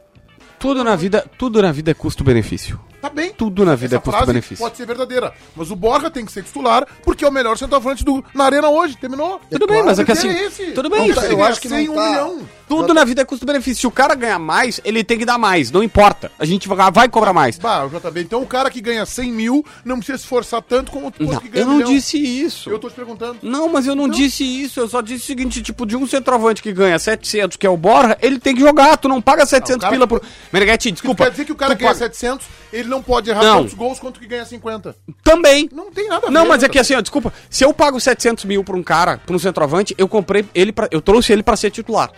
tudo na vida, tudo na vida é custo-benefício.
Tá bem.
Tudo na vida
Essa
é
frase
custo-benefício.
pode ser verdadeira, mas o Borja tem que ser titular porque é o melhor centroavante do, na arena hoje. Terminou.
Tudo bem, mas é que assim,
Critério esse.
tudo bem,
Não
isso
tá-
aí.
eu acho que
não
sem um
tá.
milhão.
Tudo na vida é custo-benefício. Se o cara ganhar mais, ele tem que dar mais, não importa. A gente vai- vai cobrar mais.
Bah, o JB, então o cara que ganha 100 mil não precisa se esforçar tanto como o outro
Não,
que ganha
eu
um
não
milhão.
disse isso.
Eu tô te perguntando.
Não, mas eu não, disse isso. Eu só disse o seguinte: tipo, de um centroavante que ganha 700, que é o Borja, ele tem que jogar. Tu não paga 700
cara-
pila por. Meneghete,
Isso
desculpa.
quer dizer que o cara
tu
que ganha
paga-
700, ele não pode errar
Não.
tantos gols quanto que ganha 50.
Também.
Não tem nada a
Não,
ver,
mas é
JB.
que assim, ó, desculpa. Se eu pago 700 mil pra um cara, pra um centroavante, eu comprei ele pra, Eu trouxe ele pra ser titular.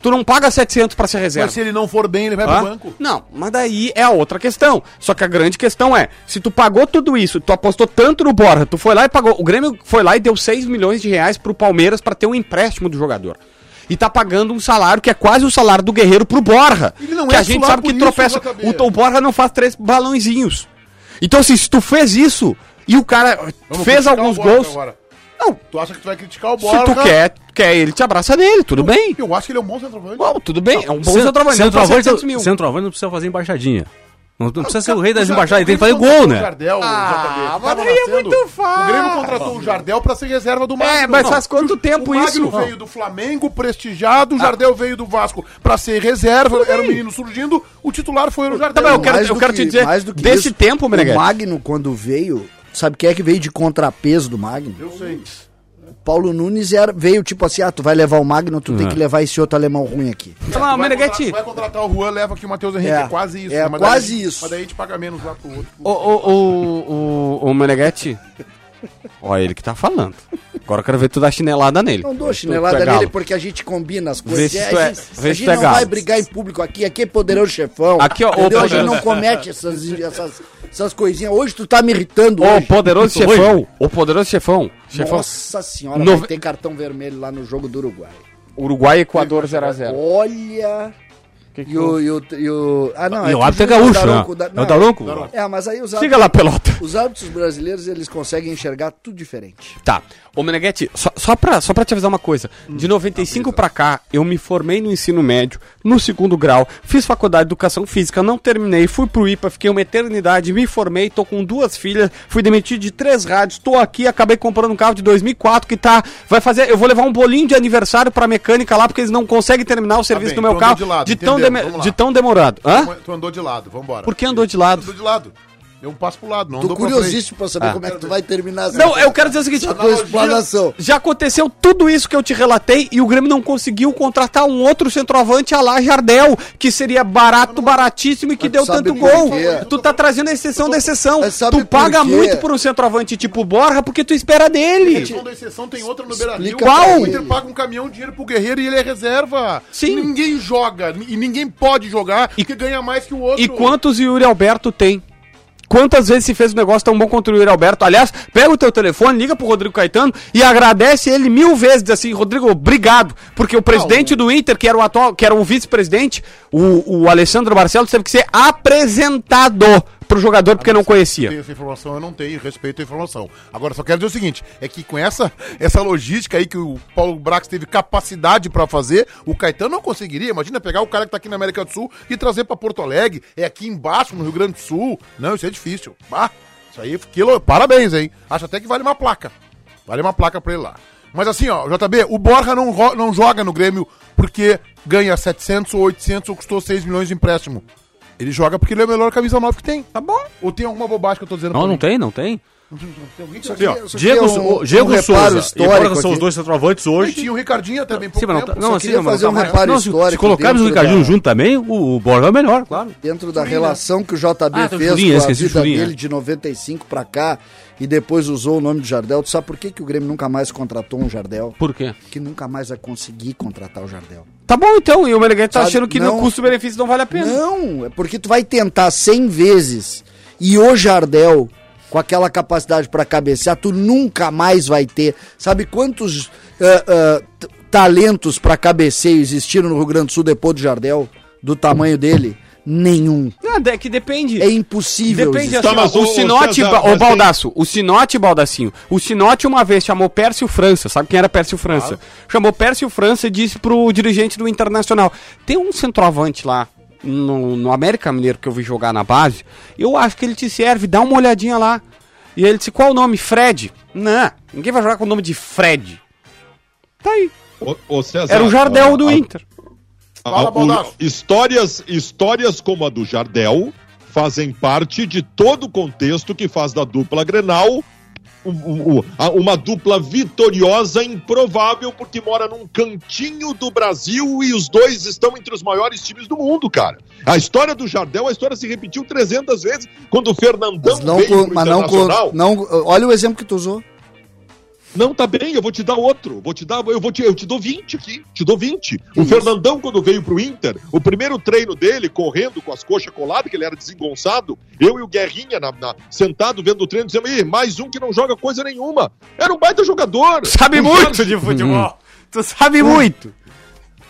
Tu não paga 700 pra ser reserva.
Mas se ele não for bem, ele vai
Hã?
pro banco.
Não, mas daí é a outra questão. Só que a grande questão é, se tu pagou tudo isso, tu apostou tanto no Borja, tu foi lá e pagou, o Grêmio foi lá e deu 6 milhões de reais pro Palmeiras pra ter um empréstimo do jogador. E tá pagando um salário que é quase o salário do Guerreiro pro Borja.
Ele não
que
é
a gente
titular
sabe que
por isso,
tropeça.
JB.
O, Tom Borja não faz três balãozinhos. Então, assim, se tu fez isso e o cara
Vamos
fez
criticar
alguns
o Borja
gols.
agora.
Não,
Tu acha que tu vai criticar o
se
Borja?
tu quer, quer ele te abraça nele, tudo bem.
Eu acho que ele é um bom centroavante.
Bom, tudo bem, é um bom
Cen-
centroavante. não faz 700
centroavante, é
mil.
centroavante um não precisa fazer embaixadinha. Não, não precisa ser o rei das
Jardel-
embaixadas, ele tem que fazer
o Grêmio
gol,
contratou O
né?
Jardel,
Ah,
o JB,
mas
tava
aí é
nascendo.
muito fácil.
O Grêmio contratou o Jardel pra ser reserva do Magno.
É, mas
Não,
faz quanto tempo
o Magno
isso?
veio do Flamengo, prestigiado, o Jardel veio do Vasco pra ser reserva, era um menino surgindo, o titular foi o Jardel.
Tá, mas eu quero-
Mais do
quero te dizer,
mais do que
desse tempo,
o
Meneghete.
Magno, quando veio, sabe quem é que veio de contrapeso do Magno?
Eu sei.
Paulo Nunes era, veio tipo assim, ah, tu vai levar o Magno, tu tem que levar esse outro alemão ruim aqui.
Não, mas,
Vai
Meneghetti,
contratar- vai contratar o Juan, leva aqui o Matheus Henrique.
É,
É quase isso.
é
mas daí-
quase isso.
Mas daí a gente paga menos lá pro outro.
Ô, ô, ô, ô, ô, Meneghetti. Ó, ele que tá falando. Agora eu quero ver tu dar chinelada nele.
Não dou
Tu- tu é
chinelada
galo.
nele porque a gente combina as coisas.
se
É,
tu é-
a gente,
vê se
a gente
tu é
não
galo.
vai brigar em público aqui. Aqui é poderoso chefão.
Aqui, ó, ô,
entendeu? A gente
poderoso.
não comete essas, essas, essas coisinhas. Hoje tu tá me irritando.
Ô,
hoje.
poderoso chefão. Ô, poderoso chefão. Chefão.
Nossa senhora,
Nove-
vai ter cartão vermelho lá no jogo do Uruguai.
Uruguai e Equador 0x0.
Olha. e, o, e, o, e o. Ah, não.
E o
que
árbitro é
juiz
gaúcho,
Daronco,
né?
da-
É o
não,
Daronco?
É, mas aí os
Siga
árbitros,
lá, pelota.
os árbitros brasileiros eles conseguem enxergar tudo diferente.
Tá. Ô, Meneghetti, só, só, pra, só pra te avisar uma coisa. De 95 pra cá, eu me formei no ensino médio, no segundo grau, fiz faculdade de educação física, não terminei, fui pro IPA, fiquei uma eternidade, me formei, tô com duas filhas, fui demitido de três rádios, tô aqui, acabei comprando um carro de 2004 que tá... Vai fazer... Eu vou levar um bolinho de aniversário pra mecânica lá, porque eles não conseguem terminar o serviço
Tá bem,
do meu
tu andou
carro
de lado,
tão
entendeu?
deme-
Vamos lá.
de tão demorado. Hã?
Tu andou de lado, vambora.
Por que andou de lado?
Andou de lado. Deu um passo pro lado, não
Tô
andou pra
curiosíssimo pra saber como é que tu vai terminar essa
Ah. Não, eu quero dizer o seguinte:
Só tua explanação.
já, já aconteceu tudo isso que eu te relatei e o Grêmio não conseguiu contratar um outro centroavante a lá Jardel, que seria barato,
é-
baratíssimo e que
Mas
deu
tu sabe
tanto
por
gol.
quê?
Tu tá trazendo a exceção da exceção.
Mas sabe
Tu paga
por quê?
muito por um centroavante tipo Borja porque tu espera
frente.
dele.
Exceção da exceção tem outra no Brasil.
Explica pra
O Inter
ele.
paga um caminhão de dinheiro pro Guerreiro e ele é reserva.
Sim.
Ninguém joga e ninguém pode jogar e que ganha mais que o outro.
E quantos Yuri Alberto tem? Quantas vezes se fez um negócio tão bom contra o Yuri Alberto? Aliás, pega o teu telefone, liga pro Rodrigo Caetano e agradece ele mil vezes, diz assim, Rodrigo, obrigado, porque o presidente do Inter, que era o atual, que era o vice-presidente, o, o Alessandro Barcelos, teve que ser apresentado pro jogador porque não
Tem
conhecia.
essa informação, eu não tenho, respeito a informação. Agora, só quero dizer o seguinte: é que com essa, essa logística aí que o Paulo Brax teve capacidade pra fazer, o Caetano não conseguiria. Imagina pegar o cara que tá aqui na América do Sul e trazer pra Porto Alegre, é aqui embaixo, no Rio Grande do Sul. Não, isso é difícil. Bah, isso aí, quilo, parabéns, hein? Acho até que vale uma placa. Vale uma placa pra ele lá. Mas assim, ó, JB, o Borja não, ro- não joga no Grêmio porque ganha 700 ou 800 ou custou 6 milhões de empréstimo. Ele joga porque ele é o melhor camisa 9 que tem.
Tá bom.
Ou tem alguma bobagem que eu tô dizendo
Não,
pra
não
mim?
tem, não tem.
Isso aqui-
Aqui, ó,
isso aqui
Diego,
é
Sou-
um- um
Diego
reparo
Souza e
histórico
Borja são os
aqui.
dois centroavantes
E
hoje.
tinha o Ricardinho até bem pouco
Sim, mas não tá-
tempo.
não,
queria
assim, mas
fazer
não
um
tá mais-
reparo
não, se- Se
histórico
colocarmos o
dentro
Ricardinho
da-
junto também, o, o Borja é o melhor, claro.
Dentro da relação que o JB
Ah, tem o
fez
Furinha,
com a
esqueci o
vida
Furinha.
dele de 95 pra cá e depois usou o nome de Jardel, tu sabe por que, que o Grêmio nunca mais contratou um Jardel?
Por quê?
Que nunca mais vai conseguir contratar o Jardel.
Tá bom então, e o Meneghetti tá
Sabe,
achando que
não-
no custo-benefício não vale a pena.
Não, é porque tu vai tentar 100 vezes e o Jardel, com aquela capacidade pra cabecear, tu nunca mais vai ter. Sabe quantos ah, ah, t- talentos pra cabeceio existiram no Rio Grande do Sul depois do Jardel? Do tamanho dele? Nenhum.
Nada, é que depende.
É impossível.
Depende
existir.
assim,
Tá, mas
ó, o
o- o
Sinote
César,
ba- o
mas tem-
Baldaço, o Sinote e Baldacinho. O Sinote uma vez chamou Pércio França, sabe quem era Pércio França? Chamou Pércio França e disse pro dirigente do Internacional: "Tem um centroavante lá no, no América Mineiro que eu vi jogar na base, eu acho que ele te serve, dá uma olhadinha lá". E ele disse: "Qual o nome? Fred?". Não, ninguém vai jogar com o nome de Fred. Tá aí.
Ô- ô, César,
Era o Jardel
ó,
do
a-
Inter.
a-
Fala,
Ah, o-
Baldasso.
histórias, histórias como a do Jardel fazem parte de todo o contexto que faz da dupla Grenal um- um- um- a- uma dupla vitoriosa improvável porque mora num cantinho do Brasil e os dois estão entre os maiores times do mundo, cara. A história do Jardel, a história se repetiu 300 vezes quando o Fernandão
Mas não,
veio
com,
pro
mas não, com,
Internacional.
não- Olha o exemplo que tu usou.
Não, tá bem, eu vou te dar outro. Vou te dar, eu vou te, eu te dou 20 aqui, te dou 20. o Fernandão, quando veio pro Inter, o primeiro treino dele, correndo com as coxas coladas, que ele era desengonçado, eu e o Guerrinha, na, na- sentado vendo o treino, dizendo, Ih, mais um que não joga coisa nenhuma. Era um baita jogador.
Sabe
O
muito
Jorge-
de futebol. Tu sabe muito.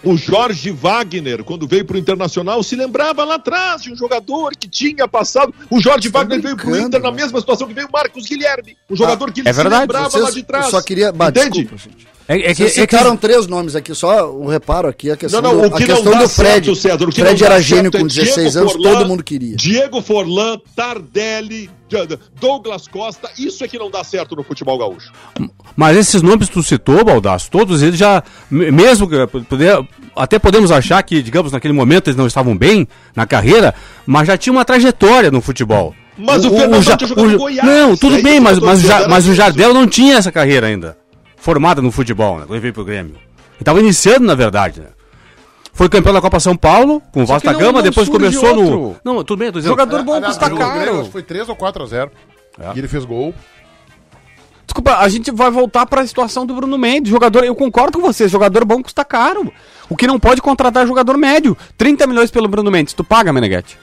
o Jorge Wagner, quando veio pro Internacional, se lembrava lá atrás de um jogador que tinha passado. O Jorge
Vocês
Wagner
estão
veio pro
Tá brincando,
Inter na
né?
mesma situação que veio o Marcos Guilherme, um jogador que ele
é verdade,
se lembrava lá
Vocês-
de trás.
eu só queria. Bah,
Entende?
desculpa, gente.
É, é que,
Vocês
é que
citaram três nomes aqui, só um reparo aqui, a questão
Não, não,
do,
o que
a
não
questão
dá
do Fred.
certo, César, o que
Fred
não dá
era gênio
certo é
com 16
Diego
anos,
Forlan,
todo mundo queria.
Diego Forlan, Tardelli, D- Douglas Costa, isso é que não dá certo no futebol gaúcho.
Mas esses nomes que tu citou, Baldasso, todos eles já, me- mesmo que p- poder- até podemos achar que, digamos, naquele momento eles não estavam bem na carreira, mas já tinha uma trajetória no futebol.
Mas o Fernandão tinha jogado no Goiás,
Não,
é
tudo
isso
bem,
que
mas,
eu tô
mas, o Ja-
dizendo,
mas o
era isso.
Jardel não tinha essa carreira ainda. formada no futebol, né? Quando ele veio pro Grêmio. Ele tava iniciando, na verdade, né? Foi campeão da Copa São Paulo, com o Vasco
que
da
não-
Gama,
não
depois
surge
começou no.
outro.
Não, tudo bem, eu tô dizendo.
Jogador bom
Aliás,
custa
o Grêmio,
caro.
acho que foi 3 ou 4 a 0.
É.
E ele fez gol.
Desculpa, a gente vai voltar pra situação do Bruno Mendes. Jogador, eu concordo com você, jogador bom custa caro. O que não pode contratar é jogador médio. 30 milhões pelo Bruno Mendes, tu paga, Meneghete?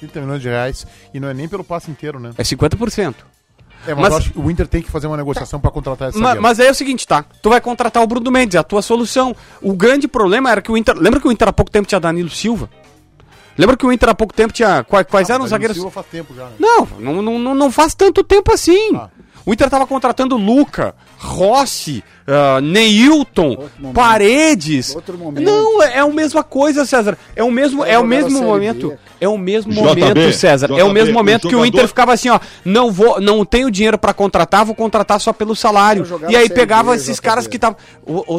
30 milhões de reais. E não é nem pelo passe inteiro, né?
É 50%.
É, mas,
Mas-
eu acho que o Inter tem que fazer uma negociação pra contratar essa
Ma- Mas, aí é o seguinte, tá? Tu vai contratar o Bruno Mendes, é a tua solução. O grande problema era que o Inter. Lembra que o Inter há pouco tempo tinha Danilo Silva? Lembra que o Inter há pouco tempo tinha. Quais, quais
Ah,
um
eram os zagueiros.
Silva faz tempo já, né?
Não, não, não- não, não faz tanto tempo assim.
Ah.
O Inter tava contratando Luca, Rossi, ah, Neilton, Paredes.
Outro momento.
Não, é é a mesma coisa, César. É o mesmo, é o
Jogar na
mesmo
Série
momento.
B.
É o mesmo
JB,
momento, César. é o
JB,
mesmo
o
momento que o Inter
jogador-
ficava assim, ó, não vou, não tenho dinheiro pra contratar, vou contratar só pelo salário.
Eu jogava
E aí
Série
pegava
B,
esses
JB.
caras que estavam,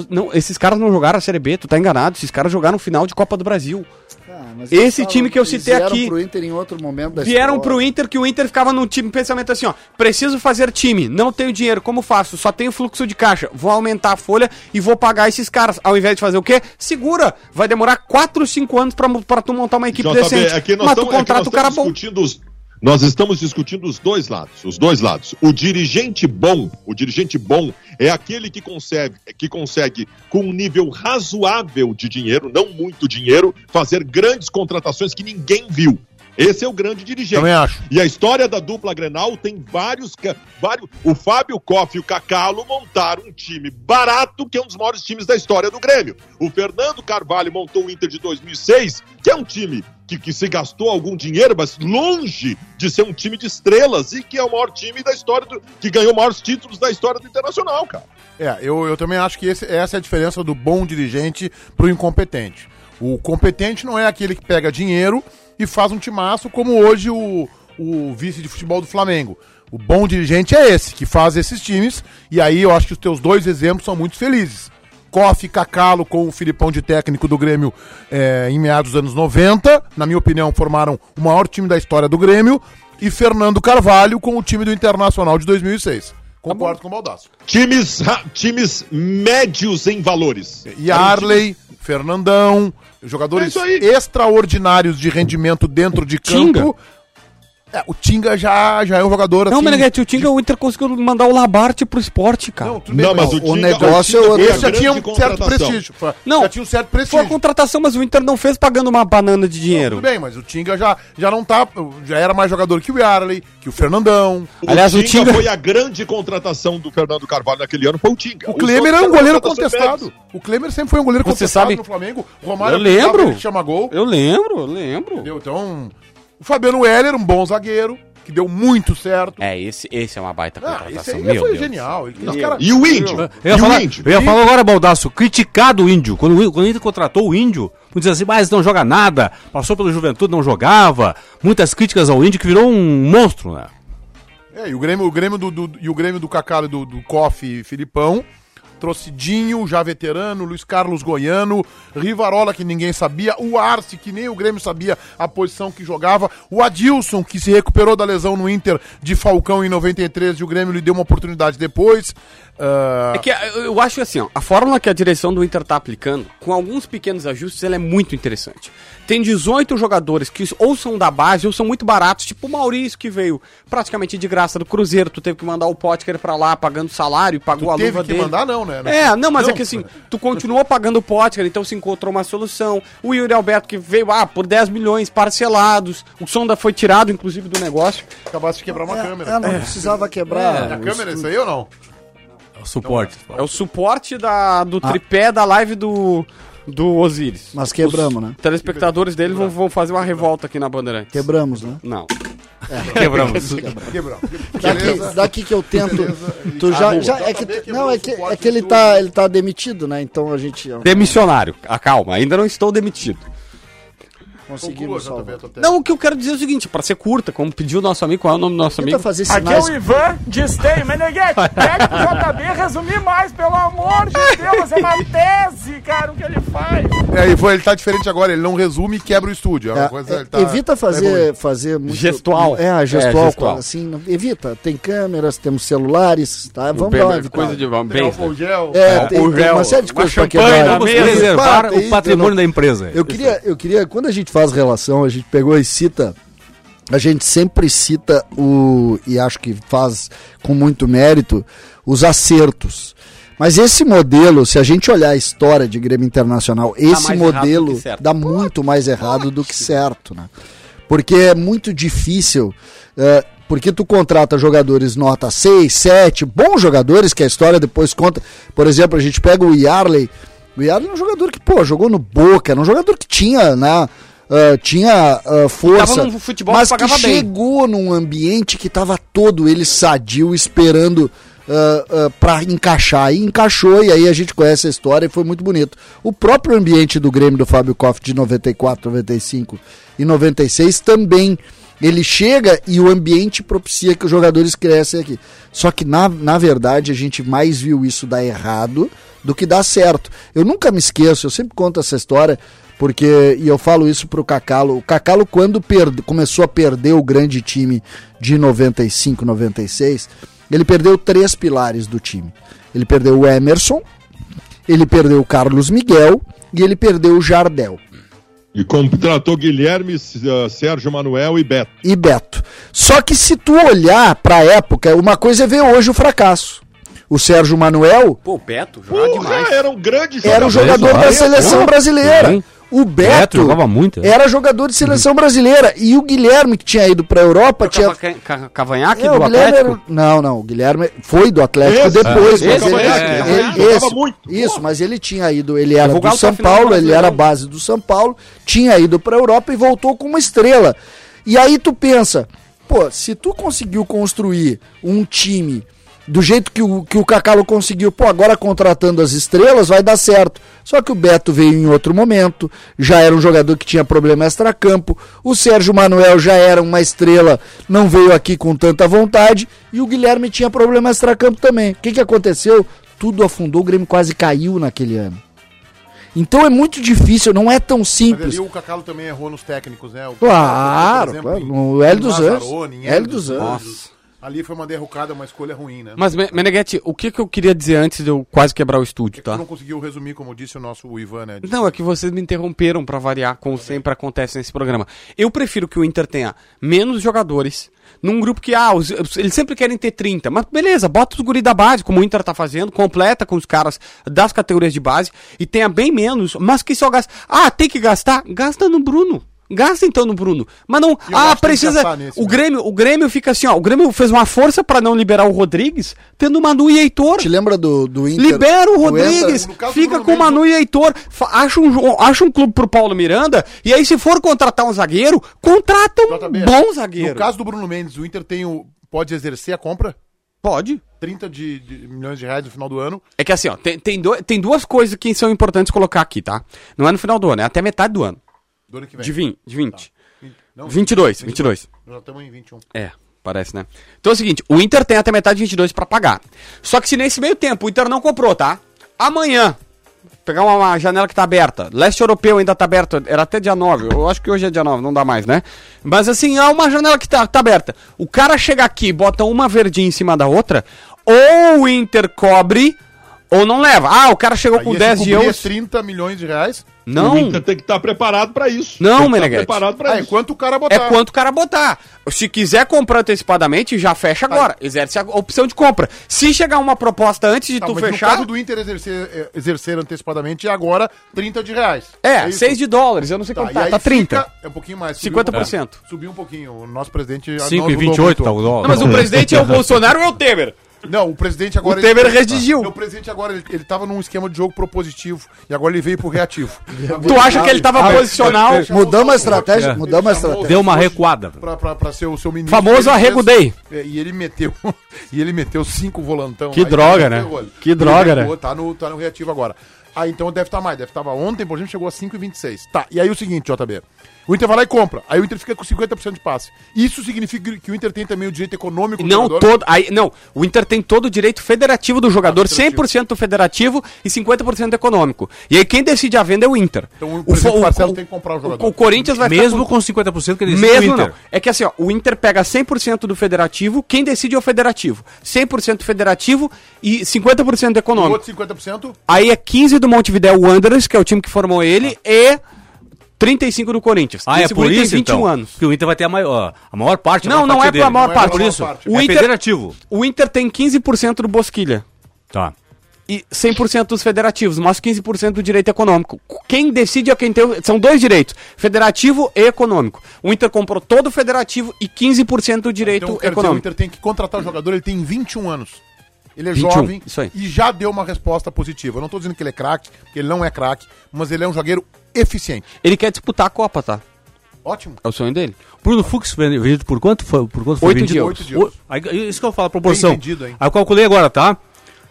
não, esses caras não jogaram a Série B, tu tá enganado. Esses caras jogaram final de Copa do Brasil.
Tá,
Ah, mas
Esse
eles
time que eu
falam
citei
eles
aqui-
Vieram pro Inter em outro momento da
Vieram
história.
pro Inter que o Inter ficava num time, pensamento assim, ó, preciso fazer time, não tenho dinheiro, como faço? Só tenho fluxo de caixa, vou aumentar a folha e vou pagar esses caras. Ao invés de fazer o quê? Segura, vai demorar 4, 5 anos pra, mu- pra tu montar uma equipe decente.
é que nós
mas tu
estamos, é que nós
contrata o cara
estamos
bom.
discutindo os- nós estamos discutindo os dois lados, os dois lados. O dirigente bom, o dirigente bom é aquele que consegue, que consegue com um nível razoável de dinheiro, não muito dinheiro, fazer grandes contratações que ninguém viu. Esse é o grande dirigente.
Também acho.
E a história da dupla Grenal tem vários, ca- vários. O Fábio Koff e o Cacalo montaram um time barato, que é um dos maiores times da história do Grêmio. O Fernando Carvalho montou o Inter de 2006, que é um time que, que se gastou algum dinheiro, mas longe de ser um time de estrelas e que é o maior time da história, do, que ganhou maiores títulos da história do Internacional, cara.
É, eu, eu também acho que esse- essa é a diferença do bom dirigente pro incompetente. O competente não é aquele que pega dinheiro e faz um timaço, como hoje o, o vice de futebol do Flamengo. O bom dirigente é esse, que faz esses times, e aí eu acho que os teus dois exemplos são muito felizes. Koff e Cacalo com o Filipão de técnico do Grêmio eh, em meados dos anos 90, na minha opinião, formaram o maior time da história do Grêmio, e Fernando Carvalho com o time do Internacional de 2006. Concordo com o Baldasso.
Times, ra- times médios em valores. um
E Arley, Fernandão,
É
jogadores
isso aí.
extraordinários de rendimento dentro de
Tinga.
campo. É, o Tinga já, já é um jogador
Não,
assim.
Meneghete, o Tinga, o Inter conseguiu mandar o Labarte pro esporte, cara. Não,
tudo bem,
Não, mas o
o-
Tinga-
negócio
o Tinga
é outro.
esse
foi a
já tinha
grande
um certo
contratação.
prestígio. Foi-
Não,
já tinha um certo
foi a
prestígio.
contratação, mas o Inter não fez pagando uma banana de dinheiro.
Tudo bem, mas o Tinga já, já não tá. Já era mais jogador que o Arley, que o Fernandão.
Aliás, o Tinga-
foi a grande contratação do Fernando Carvalho naquele ano, foi o
O
Tinga. Os
Klemer
outros
é um
foram
goleiro
contratações
contestado. O Klemer sempre foi um goleiro
Você
contestado
sabe-
no Flamengo. O Romário
Eu lembro.
apitava, ele chama gol.
Eu lembro, eu lembro.
Entendeu? Então, o Fabiano Heller, um bom zagueiro, que deu muito certo.
É, esse, esse é uma baita
Ah, esse
contratação,
aí
meu
foi
Deus.
genial. Ele- os
Não.
cara-
E o índio?
Eu ia,
e
falar,
o índio?
eu ia falar agora, Baldaço, criticar do índio. Quando, o- quando o Inter contratou o índio, muitos diziam assim, mas não joga nada, passou pelo juventude, não jogava. Muitas críticas ao índio que virou um monstro, né?
É, e o Grêmio, o Grêmio do, do- e o Grêmio do Cacalo, e do, do Coff e Filipão. Trouxe Dinho, já veterano, Luiz Carlos Goiano, Rivarola, que ninguém sabia, o Arce, que nem o Grêmio sabia a posição que jogava, o Adilson, que se recuperou da lesão no Inter de Falcão em 93 e o Grêmio lhe deu uma oportunidade depois. Ah,
É que ah, eu eu acho assim, ó, a fórmula que a direção do Inter tá aplicando, com alguns pequenos ajustes, ela é muito interessante. Tem 18 jogadores que ou são da base ou são muito baratos, tipo o Maurício que veio praticamente de graça do Cruzeiro, tu teve que mandar o Potker pra lá pagando salário, pagou a
teve
luva
que
dele.
mandar, não, né?
É, não, mas é que assim, tu continuou pagando o Potker, então se encontrou uma solução. O Yuri Alberto que veio, ah, por 10 milhões parcelados. O Sonda foi tirado inclusive do negócio.
Acabasse de quebrar uma câmera.
É, é, não precisava quebrar.
É a câmera isso aí ou não?
Suporte.
É o suporte da, do tripé da live do, do Osiris.
Mas quebramos, né?
Os telespectadores dele vão, vão fazer uma revolta aqui na Bandeirantes.
Quebramos, né?
Não.
É.
Quebramos.
Quebrou.
Daqui, daqui que eu tento. Tu já, já- é que,
Também quebrou
não, é
o
que,
suporte
é que ele,
do-
tá, ele tá demitido, né? Então a gente.
Demissionário. Ah, calma, ainda não estou demitido.
Conseguimos salvar.
Não, o que eu quero dizer é o seguinte, pra ser curta, como pediu o nosso amigo, qual é o nome do nosso
Tenta
amigo?
fazer
Aqui é
sinais.
o Ivan de Stay Meneghete. Pede pro JB resumir mais, pelo amor de Deus. É uma tese, cara, o que ele faz.
É, e foi, ele tá diferente agora, ele não resume e quebra o estúdio. É uma
É,
coisa,
é,
ele tá-
evita
tá
fazer,
evoluindo.
fazer muito.
Gestual.
É, gestual,
É, gestual.
assim. não- Evita. Tem câmeras, temos celulares, tá? Vamos dar uma
Bem, coisa
evitada.
de bem.
É,
É,
tem,
o
tem
gel,
uma série de
uma
coisas pra
champanhe
quebrar.
na
Vamos
mesa.
Tem-
preservar
tem-
o patrimônio da empresa.
Eu queria, eu queria, quando a gente faz relação, a gente pegou e cita, a gente sempre cita o, e acho que faz com muito mérito, os acertos. Mas esse modelo, se a gente olhar a história de Grêmio Internacional, esse
Tá mais errado do
modelo
que certo.
dá muito mais errado do que certo, né? Porque é muito difícil, é, porque tu contrata jogadores nota 6, 7, bons jogadores que a história depois conta. Por exemplo, a gente pega o Yarley. O Yarley é um jogador que, pô, jogou no Boca, era um jogador que tinha, né? ah, tinha ah, força,
Tava num futebol
mas
que
que
pagava bem.
chegou num ambiente que tava todo ele sadio, esperando ah, ah, pra encaixar. E encaixou, e aí a gente conhece a história e foi muito bonito. O próprio ambiente do Grêmio do Fábio Koff de 94, 95 e 96 também. Ele chega e o ambiente propicia que os jogadores crescem aqui. Só que, na, na verdade, a gente mais viu isso dar errado do que dar certo. Eu nunca me esqueço, eu sempre conto essa história, porque, e eu falo isso pro Cacalo, o Cacalo quando perde, começou a perder o grande time de 95, 96, ele perdeu três pilares do time. Ele perdeu o Emerson, ele perdeu o Carlos Miguel e ele perdeu o Jardel.
E contratou Guilherme, S- ah, Sérgio Manuel e Beto.
e Beto. Só que se tu olhar pra época, uma coisa é ver hoje o fracasso. O Sérgio Manuel
Pô, o Beto,
Ah,
jogava demais.
Porra, era um grande jogador.
era o jogador da
Manuel,
seleção
porra,
brasileira.
sim.
O
Beto
Beto
jogava muito. né?
era jogador de seleção brasileira. E o Guilherme, que tinha ido pra Europa, tinha.
Cava- ca- Cavanhaque
É, o
do
Guilherme era-
Atlético?
Não, não, o Guilherme foi do Atlético
Esse,
depois,
é,
mas
esse,
ele,
é,
ele-
Guilherme
esse-
jogava muito.
Isso, mas ele tinha ido, ele era
Divulgar
do
o
São
Tafinal
Paulo, ele
Brasileirão.
era base do São Paulo, tinha ido pra Europa e voltou com uma estrela. E aí tu pensa, pô, se tu conseguiu construir um time do jeito que o, que o Cacalo conseguiu, pô, agora contratando as estrelas vai dar certo. Só que o Beto veio em outro momento, já era um jogador que tinha problema extracampo, o Sérgio Manuel já era uma estrela, não veio aqui com tanta vontade, e o Guilherme tinha problema extracampo também. O que, que aconteceu? Tudo afundou, o Grêmio quase caiu naquele ano. Então é muito difícil, não é tão
Mas ali
simples.
o Cacalo também errou nos técnicos, né? O
Claro,
por
claro,
em-
no Hélio dos
em
Anjos.
Lazzaroni, em
Hélio dos Anjos.
Ali foi uma derrocada, uma escolha ruim, né?
Mas, Me- Meneghetti, o que, que eu queria dizer antes de eu quase quebrar o estúdio,
Tu
tá?
não conseguiu resumir, como disse o nosso Ivan, né?
Não, é que vocês me interromperam pra variar, como sempre acontece nesse programa. Eu prefiro que o Inter tenha menos jogadores num grupo que, ah, os- eles sempre querem ter 30, mas beleza, bota os guri da base, como o Inter tá fazendo, completa com os caras das categorias de base e tenha bem menos, mas que só gasta. Ah, tem que gastar? Gasta no Bruno. Gasta então no Bruno. Mas não.
eu acho
Ah,
que tem que
precisa.
gastar nesse,
o
né?
Grêmio, o Grêmio fica assim, ó. O Grêmio fez uma força pra não liberar o Rodrigues, tendo Manu e Heitor.
Te lembra do, do Inter?
Libera o
Tu
Rodrigues,
entra-
no caso do
fica
Bruno
com o
Mendes,
Manu e Heitor, fa- acha um, jo- acha um clube pro Paulo Miranda, e aí se for contratar um zagueiro, contrata um
JB,
bom zagueiro.
No caso do Bruno Mendes, o Inter tem o... pode exercer a compra?
Pode.
30 de, de milhões de reais no final do ano.
É que assim, ó, tem, tem, do- tem duas coisas que são importantes colocar aqui, tá? Não é no final do ano, é até metade do ano.
Do ano que vem. Tá.
De 20, de 20.
Não,
22, 22.
Nós já estamos em 21.
É, parece, né? Então é o seguinte, o Inter tem até metade de 22 pra pagar. Só que se nesse meio tempo o Inter não comprou, tá? Amanhã, pegar uma, uma janela que tá aberta. Leste europeu ainda tá aberto, era até dia 9. Eu acho que hoje é dia 9, não dá mais, né? Mas assim, há uma janela que tá, tá aberta. O cara chega aqui, e bota uma verdinha em cima da outra, ou o Inter cobre ou não leva. Ah, o cara chegou com
Aí, é
10
se
de
cobrir
euros.
30 milhões de reais.
O
Não,
Inter tem que estar preparado pra isso.
Não,
Tem que tá
Meneghetti.
preparado pra
Ah, é
isso.
quanto o cara botar.
É quanto o cara botar. Se quiser comprar antecipadamente, já fecha agora. Exerce a opção de compra. Se chegar uma proposta antes de
Tá,
tu
mas no
fechar.
caso do Inter exercer, eh, exercer antecipadamente, é agora 30 de reais.
É,
isso?
6 de dólares, eu não sei
Tá,
quanto
e
tá,
aí
tá 30.
fica- é um pouquinho mais.
50%.
Um pouquinho, subiu um pouquinho. O nosso presidente...
5,28 tá o
dólar.
dólar.
Não, mas o presidente é o Bolsonaro ou é o Temer?
Não, o presidente agora...
O Temer
ele-
redigiu.
Não, O presidente agora, ele, ele tava num esquema de jogo propositivo e agora ele veio pro reativo.
Tu acha que ele tava
Ah,
posicional?
Mudamos a estratégia,
É.
mudamos a estratégia.
Deu uma recuada.
Pra, pra, pra ser o seu ministro.
Famoso
ele
arrego
fez-
day.
é, E ele meteu. e ele meteu cinco volantão.
Que
lá, e
droga,
ele
né?
ferrou ele.
Que droga,
Ele
né?
pegou, Tá no, tá no reativo agora. Ah, então deve estar mais. Deve estar ontem, por exemplo, chegou a 5,26. Tá, e aí o seguinte, JB. O Inter vai lá e compra. Aí o Inter fica com 50% de passe. Isso significa que o Inter tem também o direito econômico do
Não,
jogador?
todo, aí, não, o Inter tem todo o direito federativo
Tá,
do jogador, 100% federativo e 50% econômico. E aí quem decide a venda é o Inter.
Então, o presidente
fo-
Marcelo tem que comprar o jogador.
O Corinthians vai ficar
Mesmo com 50% que ele decide
Mesmo
o Inter.
não. É que assim, ó, o Inter pega 100% do federativo, quem decide é o federativo. 100% federativo e 50%
O
econômico.
outro 50%?
Aí é 15 do Montevideo Wanderers, que é o time que formou ele, e 35 do Corinthians.
Ah, é
Esse
por
guri tem
isso,
21
então,
anos.
que o Inter vai ter a maior, a maior parte.
Não, não é
pela
pela maior
é pela
parte.
Por
maior
isso,
parte.
O
né? é
Inter-
federativo.
O Inter tem 15% do Bosquilha.
Tá.
e 100% dos federativos, mas 15% do direito econômico. Quem decide é quem tem. o- São dois direitos: federativo e econômico. O Inter comprou todo o federativo e 15% do direito
Então, quer dizer, o
econômico.
Inter tem que contratar o jogador, ele tem 21 anos. Ele é
21,
jovem
isso aí.
e já deu uma resposta positiva. Eu não tô dizendo que ele é craque, porque ele não é craque, mas ele é um zagueiro eficiente.
Ele quer disputar a Copa, tá?
Ótimo.
É o sonho dele.
Bruno Fux vende- vendido por quanto? Foi, por quanto foi
Oito
vendido?
de
euros. Oito de euros.
O- aí, isso que eu falo, a proporção.
Bem vendido, hein?
Aí eu calculei agora, tá?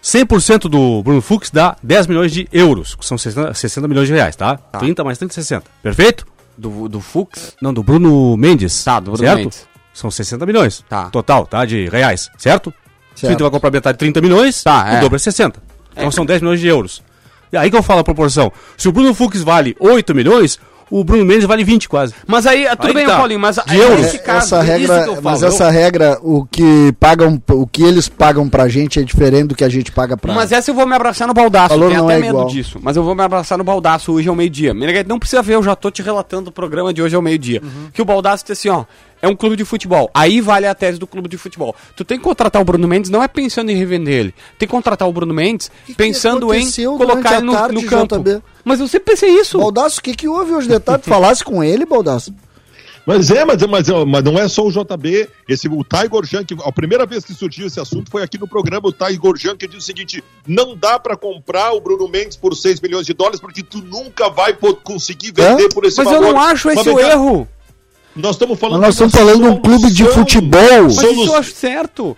100% do Bruno Fux dá 10 milhões de euros, que são 60, 60 milhões de reais, tá? 30 mais 30, 60. Perfeito?
Do, do Fux?
Não, do Bruno Mendes.
Tá, do Bruno
certo?
Mendes.
São 60 milhões.
Tá.
Total, tá? De reais, certo? Se o
Certo.
Inter vai comprar metade de 30 milhões,
Tá,
o
é.
dobro é 60. Então são 10 milhões de euros. E aí que eu falo a proporção. Se o Bruno Fux vale 8 milhões, o Bruno Mendes vale 20 quase.
Mas aí, tudo
Aí
bem,
tá.
Paulinho, mas aí,
euros.
nesse
É,
caso,
essa
isso
regra,
que eu falo,
mas
eu-
essa regra, o que pagam, o que eles pagam pra gente é diferente do que a gente paga pra.
Mas é essa eu vou me abraçar no baldaço.
Valor
Tenho
não
até
é
medo
igual.
disso. Mas eu vou me abraçar no baldaço hoje ao meio-dia. Meneghete, Não precisa ver, eu já tô te relatando o programa de hoje ao meio-dia.
Uhum.
Que o baldaço tem assim, ó. É um clube de futebol. Aí vale a tese do clube de futebol. Tu tem que contratar o Bruno Mendes, não é pensando em revender ele. Tem que contratar o Bruno Mendes
que
pensando em
aconteceu
colocar
durante a
ele no,
tarde,
no campo.
JB?
Mas eu sempre pensei isso.
Baldaço, o que, que houve hoje de tarde? Tu Falasse com ele, Baldaço?
Mas é, mas, mas, mas não é só o JB, esse o Thay Gorjan, que a primeira vez que surgiu esse assunto foi aqui no programa, o Thay Gorjan que diz o seguinte, não dá pra comprar o Bruno Mendes por 6 milhões de dólares, porque tu nunca vai po- conseguir vender
Hã?
por esse
Mas eu
valor.
não acho esse
Sabe,
o
cara,
erro.
Nós estamos falando...
Mas nós
de uma
estamos falando de um clube de
solução.
futebol.
Mas
Somos-
isso eu acho certo.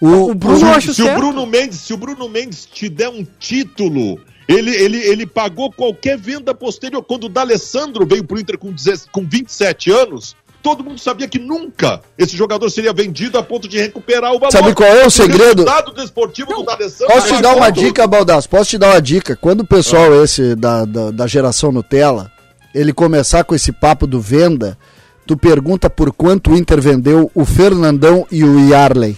O,
o Bruno- eu acho
se
certo.
o Bruno Mendes, se o Bruno Mendes te der um título, ele, ele, ele pagou qualquer venda posterior. Quando o D'Alessandro veio pro Inter com, 16 com 27 anos, todo mundo sabia que nunca esse jogador seria vendido a ponto de recuperar o valor.
Sabe qual é o segredo?
O resultado desportivo do D'Alessandro... é
Posso te dar
pagou
uma
tudo.
dica, Baldaço? Posso te dar uma dica? Quando o pessoal esse da, da, da geração Nutella, ele começar com esse papo do venda, tu pergunta por quanto o Inter vendeu o Fernandão e o Yarley.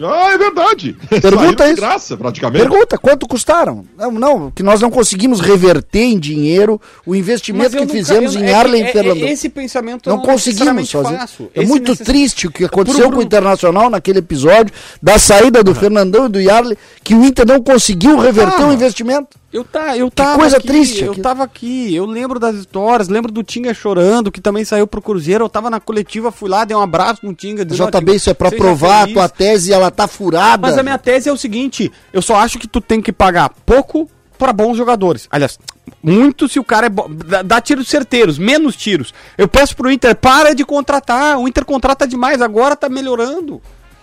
Ah, é verdade.
Pergunta
Saíram de
isso.
graça, praticamente.
Pergunta, quanto custaram? Não, não, que nós não conseguimos reverter em dinheiro o investimento
Mas
que
eu nunca-
fizemos
eu-
em
é-
Arlen
é-
e
é-
Fernandão.
Esse pensamento eu
não conseguimos
necessariamente
fazer.
faço.
É
Esse
muito
necess- É
triste o que aconteceu
Bruno-
com o Internacional naquele episódio da saída do Fernandão e do Yarley, que o Inter não conseguiu reverter
Ah.
o investimento.
Eu, tá, eu tava
coisa
aqui,
triste
Eu
aqui.
tava aqui, eu lembro das histórias, lembro do Tinga chorando, que também saiu pro Cruzeiro, eu tava na coletiva, fui lá, dei um abraço no Tinga. disse, "Ó, Tinga,
JB, isso é pra
seja
provar a
feliz."
tua tese, ela tá furada.
Mas a minha tese é o seguinte, eu só acho que tu tem que pagar pouco pra bons jogadores. Aliás, muito se o cara é bom, dá, dá tiros certeiros, menos tiros. Eu peço pro Inter, para de contratar, o Inter contrata demais, agora tá melhorando.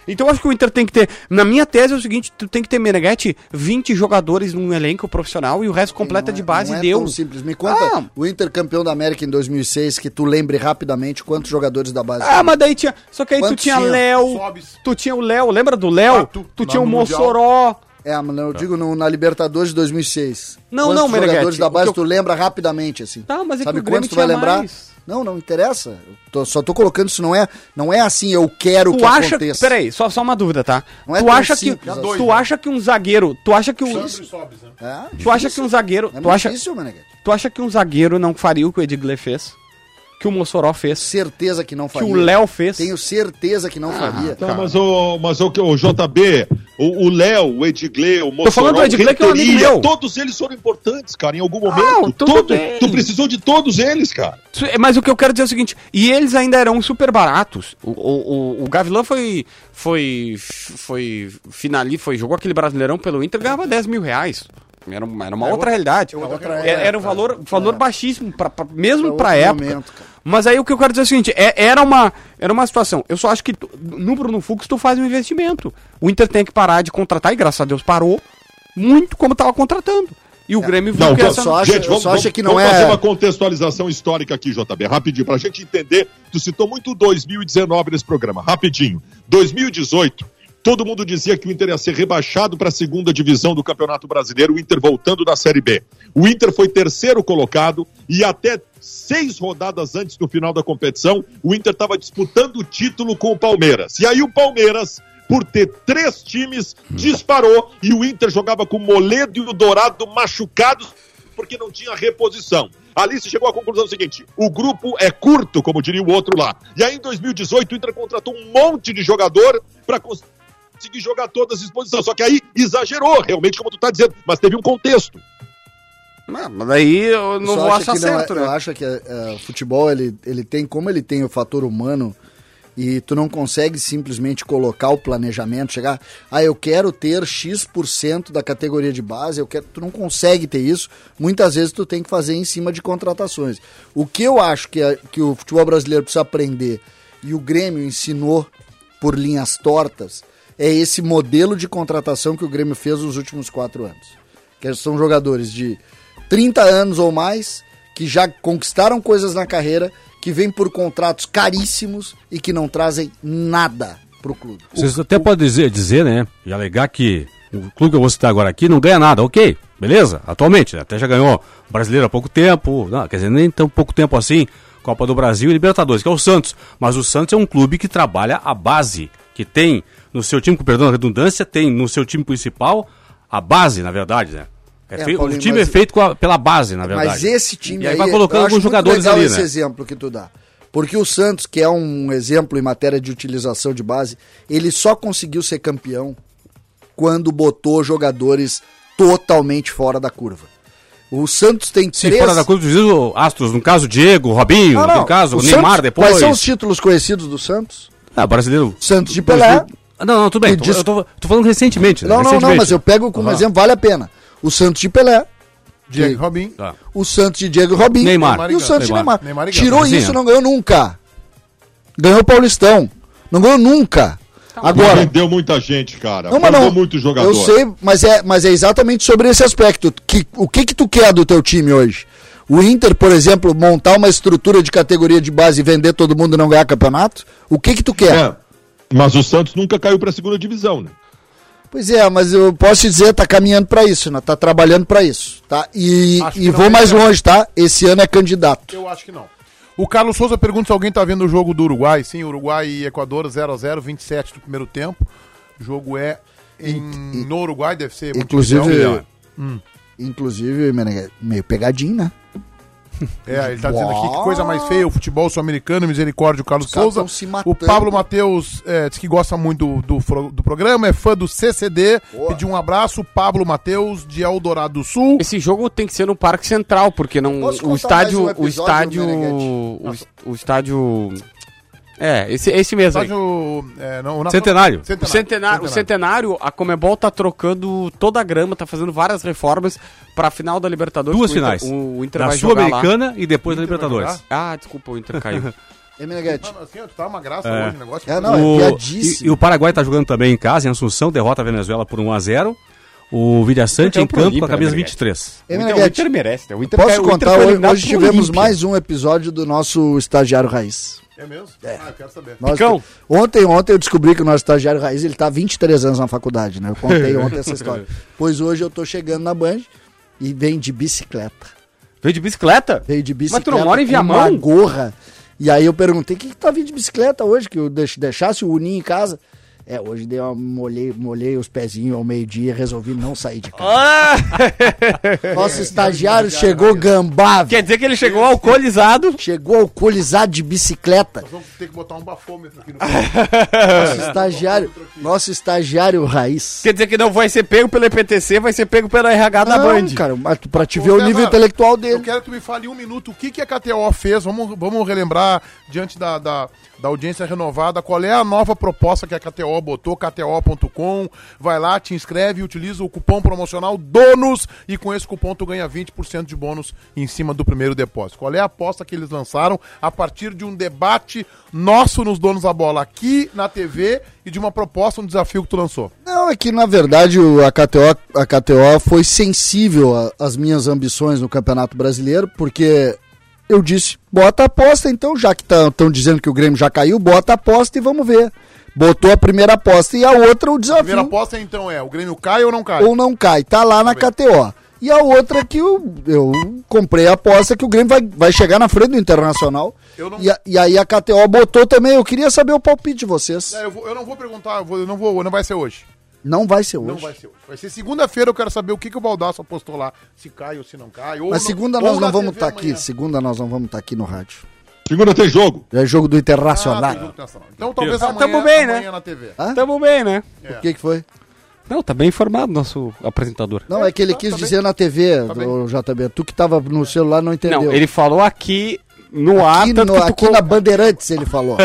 Então eu acho que o Inter tem que ter, na minha tese é o seguinte, tu tem que ter Meneghete 20 jogadores num elenco profissional e o resto completa
Não é-
de base
não
e
é
deu.
tão simples. Me conta,
Ah.
o Inter campeão da América em 2006, que tu lembre rapidamente quantos jogadores da base.
Ah, mas daí tinha. Só que aí tu
Quantos
tinha
tinha?
Léo.
Sobes.
Tu tinha o Léo, lembra do Léo?
Pato,
Tu
lá
tinha o
no Mundial.
Mossoró.
É, mas eu digo no- na Libertadores de 2006.
Tá. Não,
Quantos
não, Meneghetti,
jogadores da
o
base
que eu-
tu lembra rapidamente, assim.
Tá, mas é que
Sabe
o Grêmio
quantos tu vai
tinha
lembrar?
mais.
Não, não interessa. Eu tô- só tô colocando isso, não é, não é assim, eu quero
Tu
que
acha.
aconteça.
Peraí, só, só uma dúvida, tá?
Não é
tu
tão
acha que.
simples assim.
Tu acha que um zagueiro. Tu acha que um.
Sobes, né?
É,
Tu acha que um zagueiro.
é
Tu acha,
difícil, Meneghetti.
tu acha que um zagueiro não faria o que o Edgley fez? Que o Mossoró fez?
Certeza que não
Que
faria.
o Léo Ah, então fez?
Tenho certeza que não faria.
Tá, mas o, mas o, que- o JB, o o Léo, o Edgley, o Mossoró,
falando do Edgley, que é um amigo
Renteria,
meu.
Todos eles foram importantes, cara, em algum momento.
Ah,
tudo
Todo-
bem.
Tu precisou de todos eles, cara.
Su- é, Mas o que eu quero dizer é o seguinte, e eles ainda eram super baratos. O, o, o, o Gavilan foi. Foi. Foi. Finali, foi. Jogou aquele brasileirão pelo Inter, ganhava 10 mil reais. Era, uma- era uma outra realidade.
É outra
era,
época.
era um valor, valor baixíssimo, pra, pra- mesmo
Era
pra
É outro
época.
momento, cara.
Mas aí o que eu quero dizer é o seguinte: é- era, uma, era uma situação. Eu só acho que tu- no Bruno Fux tu faz um investimento. O Inter tem que parar de contratar, e graças a Deus parou, muito como tava contratando. E o
É.
Grêmio viu
Não,
que
eu
essa...
só acho-
gente,
eu
vamos,
só
vamos-
acho que não é-
vamos fazer uma contextualização histórica aqui, JB, rapidinho, pra gente entender. Tu citou muito 2019 nesse programa, rapidinho. 2018, todo mundo dizia que o Inter ia ser rebaixado para a segunda divisão do Campeonato Brasileiro, o Inter voltando da Série B. O Inter foi terceiro colocado e até seis rodadas antes do final da competição, o Inter estava disputando o título com o Palmeiras. E aí o Palmeiras por ter três times, disparou e o Inter jogava com o Moledo e o Dourado machucados porque não tinha reposição. Ali se chegou à conclusão seguinte: o grupo é curto, como diria o outro lá. E aí em 2018 o Inter contratou um monte de jogador para conseguir jogar todas as exposições. Só que aí exagerou, realmente, como tu tá dizendo, mas teve um contexto.
Não, mas daí eu
Eu
não
só
vou
acho
achar
que não é-
certo,
Eu
né?
acho que é, o futebol, ele, ele tem, como ele tem o fator humano, e tu não consegue simplesmente colocar o planejamento, chegar, ah, eu quero ter X% da categoria de base, eu quero, tu não consegue ter isso, muitas vezes tu tem que fazer em cima de contratações. O que eu acho que, é- que o futebol brasileiro precisa aprender, e o Grêmio ensinou por linhas tortas, é esse modelo de contratação que o Grêmio fez nos últimos quatro anos que são jogadores de 30 anos ou mais, que já conquistaram coisas na carreira, que vêm por contratos caríssimos e que não trazem nada pro clube.
Vocês até podem dizer, dizer, né? E alegar que o clube que eu vou citar agora aqui não ganha nada, ok, beleza? Atualmente, né, até já ganhou o brasileiro há pouco tempo, não, quer dizer, nem tão pouco tempo assim, Copa do Brasil e Libertadores, que é o Santos. Mas o Santos é um clube que trabalha a base, que tem no seu time, com perdão da redundância, tem no seu time principal a base, na verdade, né? É
É,
fei-
Paulinho,
o time é
mas-
feito com a- pela base, na verdade.
Mas esse time
e aí,
aí,
vai
eu
colocando
acho muito
alguns jogadores
legal
ali,
esse
né?
exemplo que tu dá. Porque o Santos, que é um exemplo em matéria de utilização de base, ele só conseguiu ser campeão quando botou jogadores totalmente fora da curva. O Santos tem
Se
três...
fora da Cruz, diz o Astros, no caso, Diego, Robinho,
Não, não.
no caso,
O
Neymar
Santos-
depois.
Quais são os títulos conhecidos do Santos?
Ah, brasileiro.
Santos de Pelé.
Não, não, tudo bem.
E
Tô,
diz-
Eu tô, tô falando recentemente. né?
Não, não, não,
Recentemente.
mas eu pego como exemplo, vale a pena. O Santos de Pelé,
Diego
Que-
Robin.
Tá.
o Santos de Diego Robin
Neymar.
e o Santos de
Neymar.
Neymar.
Neymar e Gato.
Tirou
Sim,
isso,
é.
não ganhou nunca. Ganhou o Paulistão. Não ganhou nunca. Agora,
Perdeu muita gente, cara.
não, mas não.
muito jogador.
Eu sei, mas é, mas é exatamente sobre esse aspecto. Que, o que que tu quer do teu time hoje? O Inter, por exemplo, montar uma estrutura de categoria de base e vender todo mundo e não ganhar campeonato? O que que tu quer?
É, mas o Santos nunca caiu pra segunda divisão, né?
Pois é, mas eu posso te dizer, tá caminhando pra isso, né? Tá trabalhando pra isso, tá? E,
Acho que
e
não
é
vou
vai
mais
ter.
longe, tá? Esse ano é candidato.
Eu acho que não. O Carlos Souza pergunta se alguém tá vendo o jogo do Uruguai. Sim, Uruguai e Equador 0 a 0 27 do primeiro tempo. O jogo é em, no Uruguai, deve ser Montevidéu.
Inclusive, inclusive, Meneghete, meio pegadinho, né?
É, ele tá dizendo aqui que coisa mais feia, o futebol sul-americano, misericórdia, o Carlos
caras
Souza.
tão se matando.
O Pablo Matheus é, diz que gosta muito do, do, fro- do programa, é fã do CCD. Pediu um abraço, Pablo Matheus, de Eldorado do Sul.
Esse jogo tem que ser no Parque Central, porque não
Posso
o
contar
estádio,
mais um
o
episódio,
estádio,
Meneghete?
o, es- o estádio É, esse esse mesmo. aí.
Estádio, é, não, o Nacional-
Centenário.
O centenário, o centenário, a Comebol tá trocando toda a grama, tá fazendo várias reformas pra final da Libertadores.
Duas
que o Inter-
finais.
O, o Inter
Da
vai jogar lá.
Sul-Americana e depois da
Inter vai
Libertadores.
jogar?
Ah, desculpa, o Inter caiu.
É, Meneghete.
Então,
Mano, assim, ó, tá uma graça
É.
hoje o negócio.
É, não, é
O, e,
piadíssimo.
e o Paraguai tá jogando também em casa, em Assunção, derrota a Venezuela por 1x0. O Vilha Sante
Então,
em
pro
campo com
Olímpia,
a camisa
né,
23.
É,
Então,
Meneghete,
merece, né? O Inter
posso
caiu- o Inter
contar,
foi
hoje,
eliminado
hoje
pro
tivemos
Olímpia.
mais um episódio do nosso estagiário raiz.
É mesmo? Ah, eu quero saber.
Nós-
Picão.
ontem, ontem eu descobri que o nosso estagiário raiz, ele tá há 23 anos na faculdade, né? Eu contei ontem essa história. Pois hoje eu tô chegando na Band e vem de bicicleta.
Veio de bicicleta?
Veio de
Mas
bicicleta.
tu não mora em
com Uma
Viamão?
gorra. E aí eu perguntei, o que, que tá vindo de bicicleta hoje? Que eu deix- deixasse o Uninho em casa. É, hoje dei uma, molhei, molhei os pezinhos ao meio-dia e resolvi não sair de casa.
Ah!
Nosso estagiário chegou gambá, velho.
Quer dizer que ele chegou alcoolizado.
Chegou alcoolizado de bicicleta.
Nós vamos ter que botar um bafômetro aqui no
Nosso
É.
estagiário, nosso estagiário raiz.
Quer dizer que não vai ser pego pelo EPTC, vai ser pego pela RH da Band.
cara, mas tu- pra te
Ô,
ver o
César,
nível intelectual
Eu
dele.
quero que tu me fale em um minuto o que, que a KTO fez. Vamos, vamos relembrar, diante da, da, da audiência renovada, qual é a nova proposta que a KTO botou, KTO.com. Vai lá, te inscreve, utiliza o cupom promocional DONOS e com esse cupom tu ganha 20% de bônus em cima do primeiro depósito. Qual é a aposta que eles lançaram a partir de um debate nosso nos Donos da Bola aqui na TV e de uma proposta, um desafio que tu lançou?
Não, Não, é que na verdade o- a KTO, a KTO foi sensível a- às minhas ambições no Campeonato Brasileiro, porque eu disse, bota a aposta então, já que estão dizendo que o Grêmio já caiu, bota a aposta e vamos ver. Botou a primeira aposta e a outra o desafio
Primeira aposta então é, o Grêmio cai ou não cai?
ou não cai. Tá lá na KTO. E a outra que eu, eu comprei a aposta que o Grêmio vai, vai chegar na frente do Internacional.
Eu não-
E, a- e aí a KTO botou também. Eu queria saber o palpite de vocês.
É, eu, vou- eu não vou perguntar, eu, vou- eu não vou, não vai ser hoje.
Não vai ser hoje.
Não vai ser hoje. Vai ser segunda-feira, eu quero saber o que, que o Baldasso apostou lá, se cai ou se não cai. Ou
Mas
no-
segunda
ou
nós não
na
vamos
TV
estar aqui.
amanhã.
Segunda nós não vamos estar aqui no rádio.
Segunda tem jogo.
Já é jogo do
Ah,
Internacional.
tem jogo internacional. Então talvez
Ah,
amanhã,
tamo bem, né?
amanhã na TV.
Tamo bem, né?
Ah, é.
o que, que foi?
Não, tá bem informado nosso apresentador.
Não, é
tá
que ele quis dizer na TV, do JB. Tu que tava no celular não entendeu.
Não, ele falou aqui no ar,
aqui,
tanto
no,
que tu
aqui
col-
na Bandeirantes ele falou.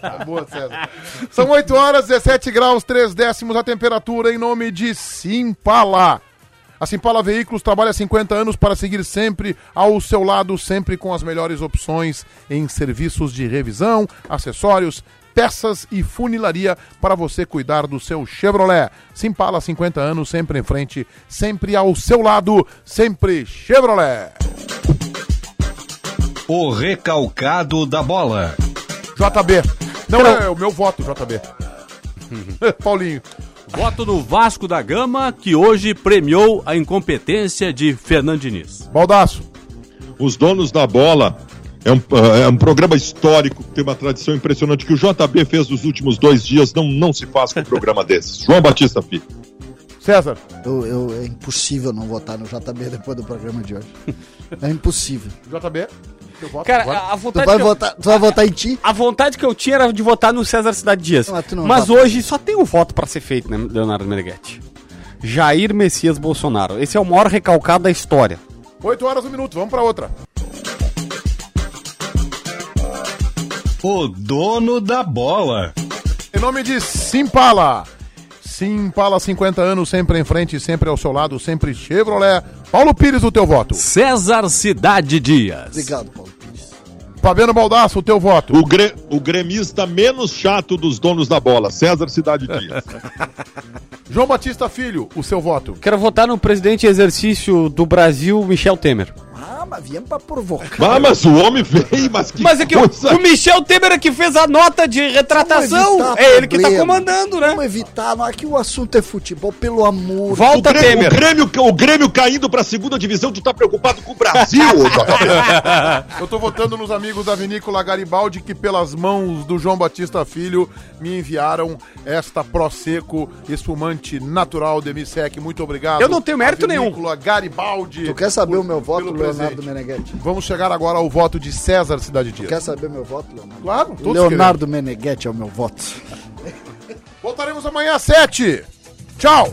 Tá Boa, César. São 8 horas, 17 graus, 3 décimos a temperatura em nome de Simpala. A Simpala Veículos trabalha há 50 anos para seguir sempre ao seu lado, sempre com as melhores opções em serviços de revisão, acessórios, peças e funilaria para você cuidar do seu Chevrolet. Simpala, 50 anos, sempre em frente, sempre ao seu lado, sempre Chevrolet.
O recalcado da bola.
JB. Não, é o meu voto, JB. Paulinho.
Voto no Vasco da Gama, que hoje premiou a incompetência de Fernando Diniz.
Baldaço.
Os Donos da Bola é um, é um programa histórico, que tem uma tradição impressionante que o JB fez nos últimos dois dias. Não, não se faz com um programa desses. João Batista Filho.
César.
Eu- eu- é impossível não votar no JB depois do programa de hoje. É impossível.
JB. teu voto
Cara,
agora.
a- a
Tu
vontade
vai
que eu-
votar, tu vai votar em ti?
A vontade que eu tinha era de votar no César Cidade Dias.
Não, mas tu não
Mas
vota.
hoje só tem um voto pra ser feito, né, Leonardo Meneghetti? Jair Messias Bolsonaro. Esse é o maior recalcado da história.
8 horas, um minuto, vamos pra outra.
O dono da bola.
Em nome de Simpala. Simpala, 50 anos, sempre em frente, sempre ao seu lado, sempre Chevrolet. Paulo Pires, o teu voto.
César Cidade Dias.
Obrigado, Paulo Pires.
Fabiano Baldasso, o teu voto.
O, gre- o gremista menos chato dos Donos da Bola, César Cidade Dias.
João Batista Filho, o seu voto.
Quero votar no presidente em exercício do Brasil, Michel Temer.
Ah, mas viemos pra provocar.
Ah, mas o homem veio, mas que
Mas é que o,
coisa...
o Michel Temer é que fez a nota de retratação.
Vamos evitar
É ele que tá
problema.
comandando, né?
Vamos evitar, não, aqui o assunto é futebol, pelo amor.
O
Volta
Grêmio,
Temer.
o, Grêmio, o Grêmio caindo pra segunda divisão, tu tá preocupado com o Brasil, ô JB?
Eu tô votando nos amigos da Vinícola Garibaldi que, pelas mãos do João Batista Filho, me enviaram esta Pro Seco espumante natural Demisec. Muito obrigado.
Eu não tenho mérito
A Vinícola Garibaldi.
Tu quer saber
por-
o meu voto,
pelo
Leonardo
presente.
Meneghetti?
Vamos chegar agora ao voto de César Cidade
Tu
Dias.
quer saber meu voto, Leonardo?
Claro, todos
Leonardo Meneghetti é o meu voto.
Voltaremos amanhã às 7. Tchau.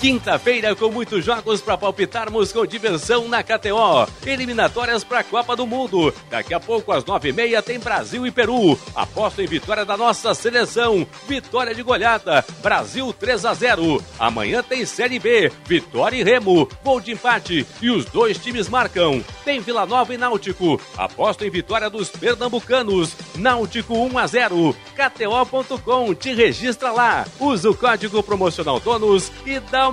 Quinta-feira com muitos jogos para palpitarmos com diversão na KTO. Eliminatórias para a Copa do Mundo. Daqui a pouco, às nove e meia, tem Brasil e Peru. Aposto em vitória da nossa seleção. Vitória de goleada. Brasil 3 a 0. Amanhã tem Série B. Vitória e Remo. Gol de empate. E os dois times marcam. Tem Vila Nova e Náutico. Aposto em vitória dos pernambucanos. Náutico 1 a 0. KTO.com. Te registra lá. Usa o código promocional DONOS e dá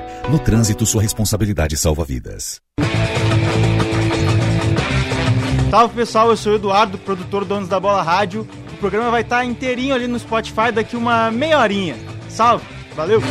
No trânsito, sua responsabilidade salva vidas.
Salve pessoal, eu sou o Eduardo, produtor do Donos da Bola Rádio. O programa vai estar inteirinho ali no Spotify daqui uma meia horinha. Salve, valeu!